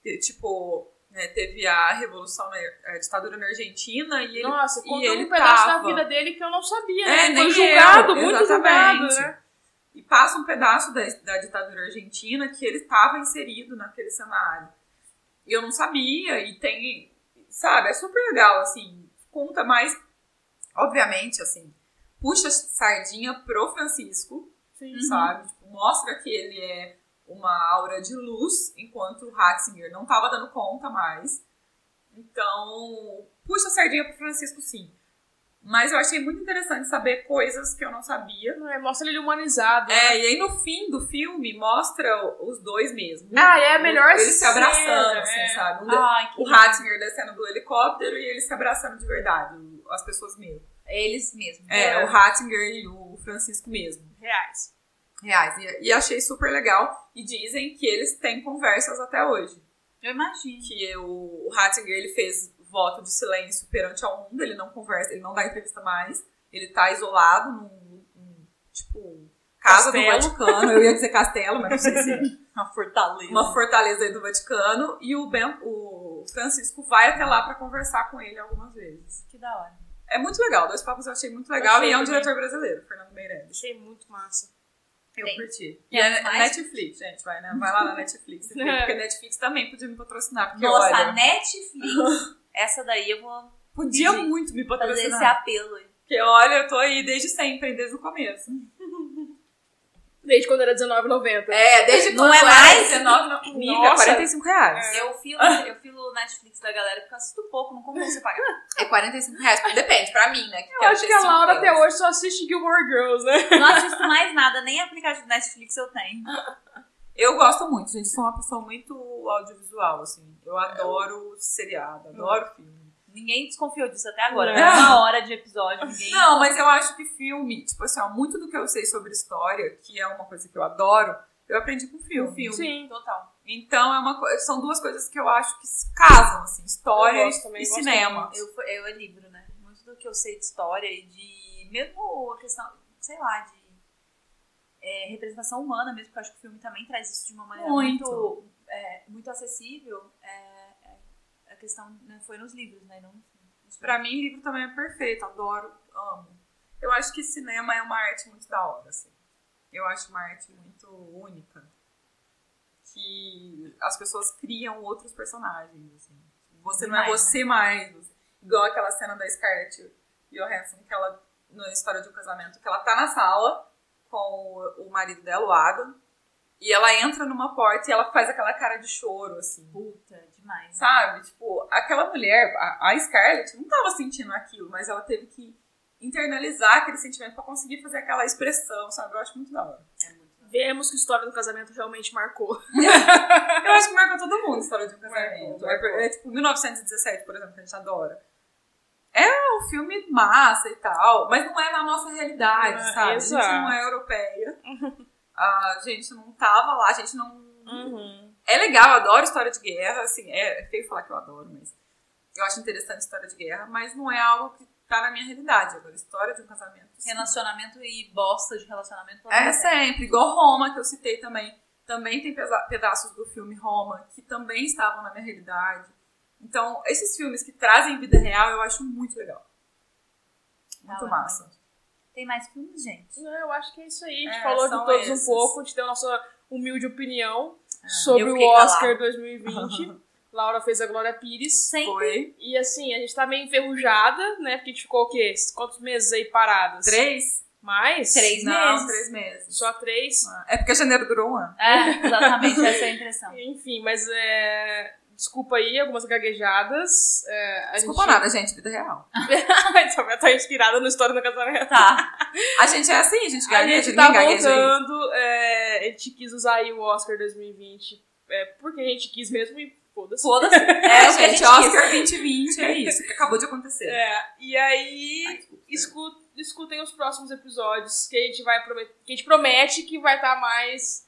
[SPEAKER 4] E, tipo, né, teve a revolução, na- a ditadura na Argentina e ele.
[SPEAKER 3] Nossa,
[SPEAKER 4] e
[SPEAKER 3] contou
[SPEAKER 4] ele
[SPEAKER 3] um pedaço
[SPEAKER 4] tava.
[SPEAKER 3] da vida dele que eu não sabia.
[SPEAKER 4] É,
[SPEAKER 3] né? Ele
[SPEAKER 4] nem
[SPEAKER 3] foi julgado,
[SPEAKER 4] eu,
[SPEAKER 3] muito
[SPEAKER 4] exatamente.
[SPEAKER 3] julgado, né?
[SPEAKER 4] E passa um pedaço da, da ditadura argentina que ele estava inserido naquele cenário. E eu não sabia, e tem. Sabe, é super legal, assim. Conta mais, obviamente, assim. Puxa sardinha pro Francisco,
[SPEAKER 3] Sim.
[SPEAKER 4] sabe? Tipo, mostra que ele é uma aura de luz, enquanto o Ratzinger não tava dando conta mais. Então, puxa a sardinha pro Francisco, sim. Mas eu achei muito interessante saber coisas que eu não sabia.
[SPEAKER 3] Não é, Mostra ele humanizado.
[SPEAKER 4] É, e aí no fim do filme mostra os dois mesmo.
[SPEAKER 3] Ah, é a melhor
[SPEAKER 4] Eles se abraçando,
[SPEAKER 3] cena,
[SPEAKER 4] assim,
[SPEAKER 3] é.
[SPEAKER 4] sabe? Um de-
[SPEAKER 2] Ai, que
[SPEAKER 4] O Ratzinger descendo do helicóptero e eles se abraçando de verdade, o- as pessoas mesmo.
[SPEAKER 2] Eles mesmos.
[SPEAKER 4] É, o Ratzinger e o Francisco mesmo.
[SPEAKER 3] Reais.
[SPEAKER 4] reais. E, e achei super legal. E dizem que eles têm conversas até hoje.
[SPEAKER 2] Eu imagino.
[SPEAKER 4] Que o, o Ratzinger ele fez voto de silêncio perante ao mundo, ele não conversa, ele não dá entrevista mais. Ele tá isolado num, num, tipo, casa
[SPEAKER 3] Castelo.
[SPEAKER 4] do Vaticano. Eu ia dizer castelo, mas não sei se é
[SPEAKER 2] Uma fortaleza.
[SPEAKER 4] uma fortaleza aí do Vaticano. E o, ben, o Francisco vai até lá pra conversar com ele algumas vezes.
[SPEAKER 2] Que da hora.
[SPEAKER 4] É muito legal, Dois Papos eu achei muito legal.
[SPEAKER 3] Achei
[SPEAKER 4] e é um
[SPEAKER 3] também.
[SPEAKER 4] diretor brasileiro, Fernando Meirelles.
[SPEAKER 3] Achei muito massa.
[SPEAKER 4] Eu
[SPEAKER 2] Tem.
[SPEAKER 4] curti. E
[SPEAKER 2] Tem
[SPEAKER 4] é
[SPEAKER 2] mais?
[SPEAKER 4] Netflix, gente, vai, né? Vai lá na Netflix. Porque
[SPEAKER 3] É.
[SPEAKER 4] a Netflix também podia me patrocinar. Porque
[SPEAKER 2] Nossa, né? a
[SPEAKER 4] olha,
[SPEAKER 2] Netflix. essa daí eu vou
[SPEAKER 4] podia
[SPEAKER 2] Sim.
[SPEAKER 4] muito me
[SPEAKER 2] fazer esse
[SPEAKER 4] patrocinar.
[SPEAKER 2] apelo aí.
[SPEAKER 4] Porque olha, eu tô aí desde sempre, hein, desde o começo.
[SPEAKER 3] Desde quando era R$19,90.
[SPEAKER 4] É, desde
[SPEAKER 2] Não é mais?
[SPEAKER 4] Amiga,
[SPEAKER 3] Nossa.
[SPEAKER 4] 45 reais.
[SPEAKER 2] Eu filo, eu filo Netflix da galera porque eu assisto pouco, não compensa pagar.
[SPEAKER 4] É 45 reais, depende, pra mim, né?
[SPEAKER 3] Eu acho que a Laura até hoje só assiste Gilmore Girls, né?
[SPEAKER 2] é Não assisto mais nada, nem aplicativo Netflix eu tenho.
[SPEAKER 4] Eu gosto muito, gente. Sou uma pessoa muito audiovisual, assim. Eu adoro seriado, adoro filme.
[SPEAKER 2] Ninguém desconfiou disso até agora.
[SPEAKER 3] Não.
[SPEAKER 2] né? Uma hora de episódio, ninguém.
[SPEAKER 4] Não, mas eu acho que filme, tipo assim, ó, muito do que eu sei sobre história, que é uma coisa que eu adoro, eu aprendi com filme.
[SPEAKER 2] Com filme.
[SPEAKER 3] Sim.
[SPEAKER 2] Total.
[SPEAKER 4] Então é uma co- são duas coisas que eu acho que se casam, assim, história
[SPEAKER 3] Eu gosto também,
[SPEAKER 4] e
[SPEAKER 3] gosto
[SPEAKER 4] cinema.
[SPEAKER 2] Eu, fui- eu é livro, né? Muito do que eu sei de história e de. Mesmo a questão, sei lá, de. é, representação humana mesmo, porque eu acho que o filme também traz isso de uma maneira
[SPEAKER 4] Muito.
[SPEAKER 2] muito, é, muito acessível. é, é, a questão né, foi nos livros, né? Não nos filmes.
[SPEAKER 4] Pra mim, livro também é perfeito, adoro, amo. Eu acho que cinema é uma arte muito da hora, assim. Eu acho uma arte muito única. Que as pessoas criam outros personagens, assim. Você não é
[SPEAKER 2] Demais,
[SPEAKER 4] você mais. você- Igual aquela cena da Scarlett Johansson, que ela, na história de um casamento, que ela tá na sala com o, o marido dela, o Adam, e ela entra numa porta e ela faz aquela cara de choro, assim.
[SPEAKER 2] Puta, demais. né?
[SPEAKER 4] Sabe? Tipo, aquela mulher, a, a Scarlett, não tava sentindo aquilo, mas ela teve que internalizar aquele sentimento pra conseguir fazer aquela expressão, sabe? Eu acho muito da hora.
[SPEAKER 2] É muito
[SPEAKER 3] Vemos que a história do casamento realmente marcou.
[SPEAKER 4] Eu acho que marcou todo mundo a história de um casamento.
[SPEAKER 3] Marcou, marcou.
[SPEAKER 4] É, é tipo 1917, por exemplo, que a gente adora. É um filme massa e tal, mas não é na nossa realidade,
[SPEAKER 3] Ah,
[SPEAKER 4] sabe? A gente
[SPEAKER 3] exato.
[SPEAKER 4] não é europeia. A gente não tava lá, a gente não
[SPEAKER 3] Uhum.
[SPEAKER 4] É legal, eu adoro história de guerra, assim, é é feio falar que eu adoro, mas eu acho interessante história de guerra, mas não é algo que tá na minha realidade. Agora, história de um casamento. sim.
[SPEAKER 2] Relacionamento e bosta de relacionamento. todo
[SPEAKER 4] É
[SPEAKER 2] mundo tem.
[SPEAKER 4] sempre, igual Roma, que eu citei também. Também tem pesa- pedaços do filme Roma que também estavam na minha realidade. Então, esses filmes que trazem vida real, eu acho muito legal. Muito
[SPEAKER 3] é
[SPEAKER 2] Tá,
[SPEAKER 4] massa.
[SPEAKER 2] Tem mais filmes, gente?
[SPEAKER 3] Não, eu acho que é isso aí. A gente
[SPEAKER 4] É,
[SPEAKER 3] falou de
[SPEAKER 4] são
[SPEAKER 3] todos
[SPEAKER 4] esses.
[SPEAKER 3] um pouco, a gente deu a nossa humilde opinião sobre
[SPEAKER 2] eu
[SPEAKER 3] o
[SPEAKER 2] fiquei
[SPEAKER 3] Oscar 2020. Laura fez a Glória Pires.
[SPEAKER 4] Foi
[SPEAKER 3] E assim, a gente tá meio enferrujada, né? Porque a gente ficou o quê? Quantos meses aí paradas?
[SPEAKER 4] três?
[SPEAKER 3] Mais?
[SPEAKER 2] Três
[SPEAKER 4] Não,
[SPEAKER 2] meses.
[SPEAKER 4] três meses.
[SPEAKER 3] Só três?
[SPEAKER 4] Ah, É porque janeiro durou um ano.
[SPEAKER 2] É, exatamente, essa é a impressão.
[SPEAKER 3] Enfim, mas é. Desculpa aí, algumas gaguejadas. É, a
[SPEAKER 4] Desculpa
[SPEAKER 3] gente...
[SPEAKER 4] nada, gente, vida real.
[SPEAKER 3] Só tá inspirada no história do casamento.
[SPEAKER 2] Tá,
[SPEAKER 4] A gente é assim, a gente
[SPEAKER 3] A
[SPEAKER 4] gagueja,
[SPEAKER 3] gente tá
[SPEAKER 4] ninguém gagueja aí.
[SPEAKER 3] voltando. É, a gente quis usar aí o Oscar 2020. É, porque a gente quis mesmo e foda-se.
[SPEAKER 2] foda-se.
[SPEAKER 4] É,
[SPEAKER 2] É, o que a É.
[SPEAKER 4] gente,
[SPEAKER 2] gente quis.
[SPEAKER 4] Oscar 2020, é isso que acabou de acontecer.
[SPEAKER 3] É, e aí, escuta. escutem os próximos episódios, que a gente vai promet- que a gente promete que vai estar mais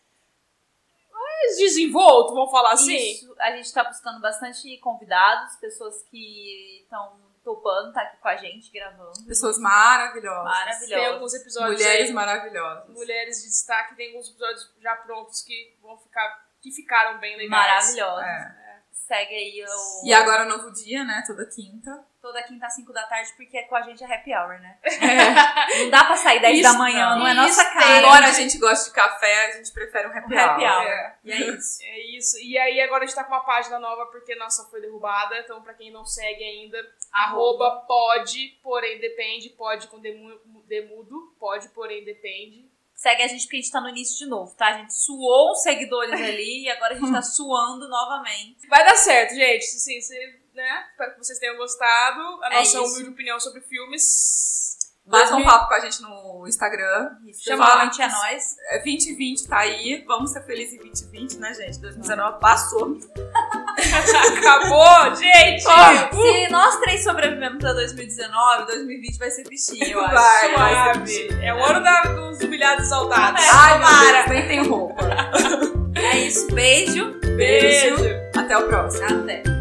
[SPEAKER 3] mais desenvolto, vamos falar assim.
[SPEAKER 2] Isso, a gente tá buscando bastante convidados, pessoas que estão topando, tá aqui com a gente gravando.
[SPEAKER 4] Pessoas maravilhosas.
[SPEAKER 2] Maravilhosas.
[SPEAKER 3] Tem alguns episódios
[SPEAKER 4] Mulheres
[SPEAKER 3] aí,
[SPEAKER 4] maravilhosas.
[SPEAKER 3] mulheres de destaque, tem alguns episódios já prontos que vão ficar que ficaram bem legais.
[SPEAKER 2] Maravilhosos.
[SPEAKER 4] É.
[SPEAKER 2] Segue aí o.
[SPEAKER 4] E agora é novo dia, né? Toda quinta.
[SPEAKER 2] Toda quinta às 5 da tarde, porque é com a gente a happy hour, né? Não dá pra sair 10
[SPEAKER 4] É. Isso
[SPEAKER 2] da manhã, não, é
[SPEAKER 4] não.
[SPEAKER 2] nossa cara.
[SPEAKER 4] Agora a gente gosta de café, a gente prefere um happy,
[SPEAKER 2] Um happy hour.
[SPEAKER 4] É.
[SPEAKER 2] E é isso.
[SPEAKER 3] É isso. E aí agora a gente tá com uma página nova porque nossa foi derrubada. Então, pra quem não segue ainda, arroba pode, porém depende, pode com demu- demudo, pode, porém depende.
[SPEAKER 2] Segue a gente porque a gente tá no início de novo, tá? A gente suou os seguidores ali e agora a gente tá suando novamente.
[SPEAKER 3] Vai dar certo, gente. Assim, se, né? Espero que vocês tenham gostado. A
[SPEAKER 2] É
[SPEAKER 3] nossa
[SPEAKER 2] isso.
[SPEAKER 3] humilde opinião sobre filmes.
[SPEAKER 4] Bata um papo com a gente no Instagram.
[SPEAKER 2] Chama a gente, é nóis.
[SPEAKER 4] É 2020 tá aí. Vamos ser felizes em 2020, né, gente? 2019 passou.
[SPEAKER 3] Acabou, gente!
[SPEAKER 4] Tá.
[SPEAKER 2] Se nós três sobrevivemos a 2019, 2020 vai ser bichinho, eu acho.
[SPEAKER 4] Vai,
[SPEAKER 3] Suave. É o ano da- dos humilhados e soldados.
[SPEAKER 2] É,
[SPEAKER 4] Ai,
[SPEAKER 2] tomara.
[SPEAKER 4] meu Deus, nem tem roupa.
[SPEAKER 2] É isso, beijo.
[SPEAKER 4] Beijo. Até o próximo.
[SPEAKER 2] Até.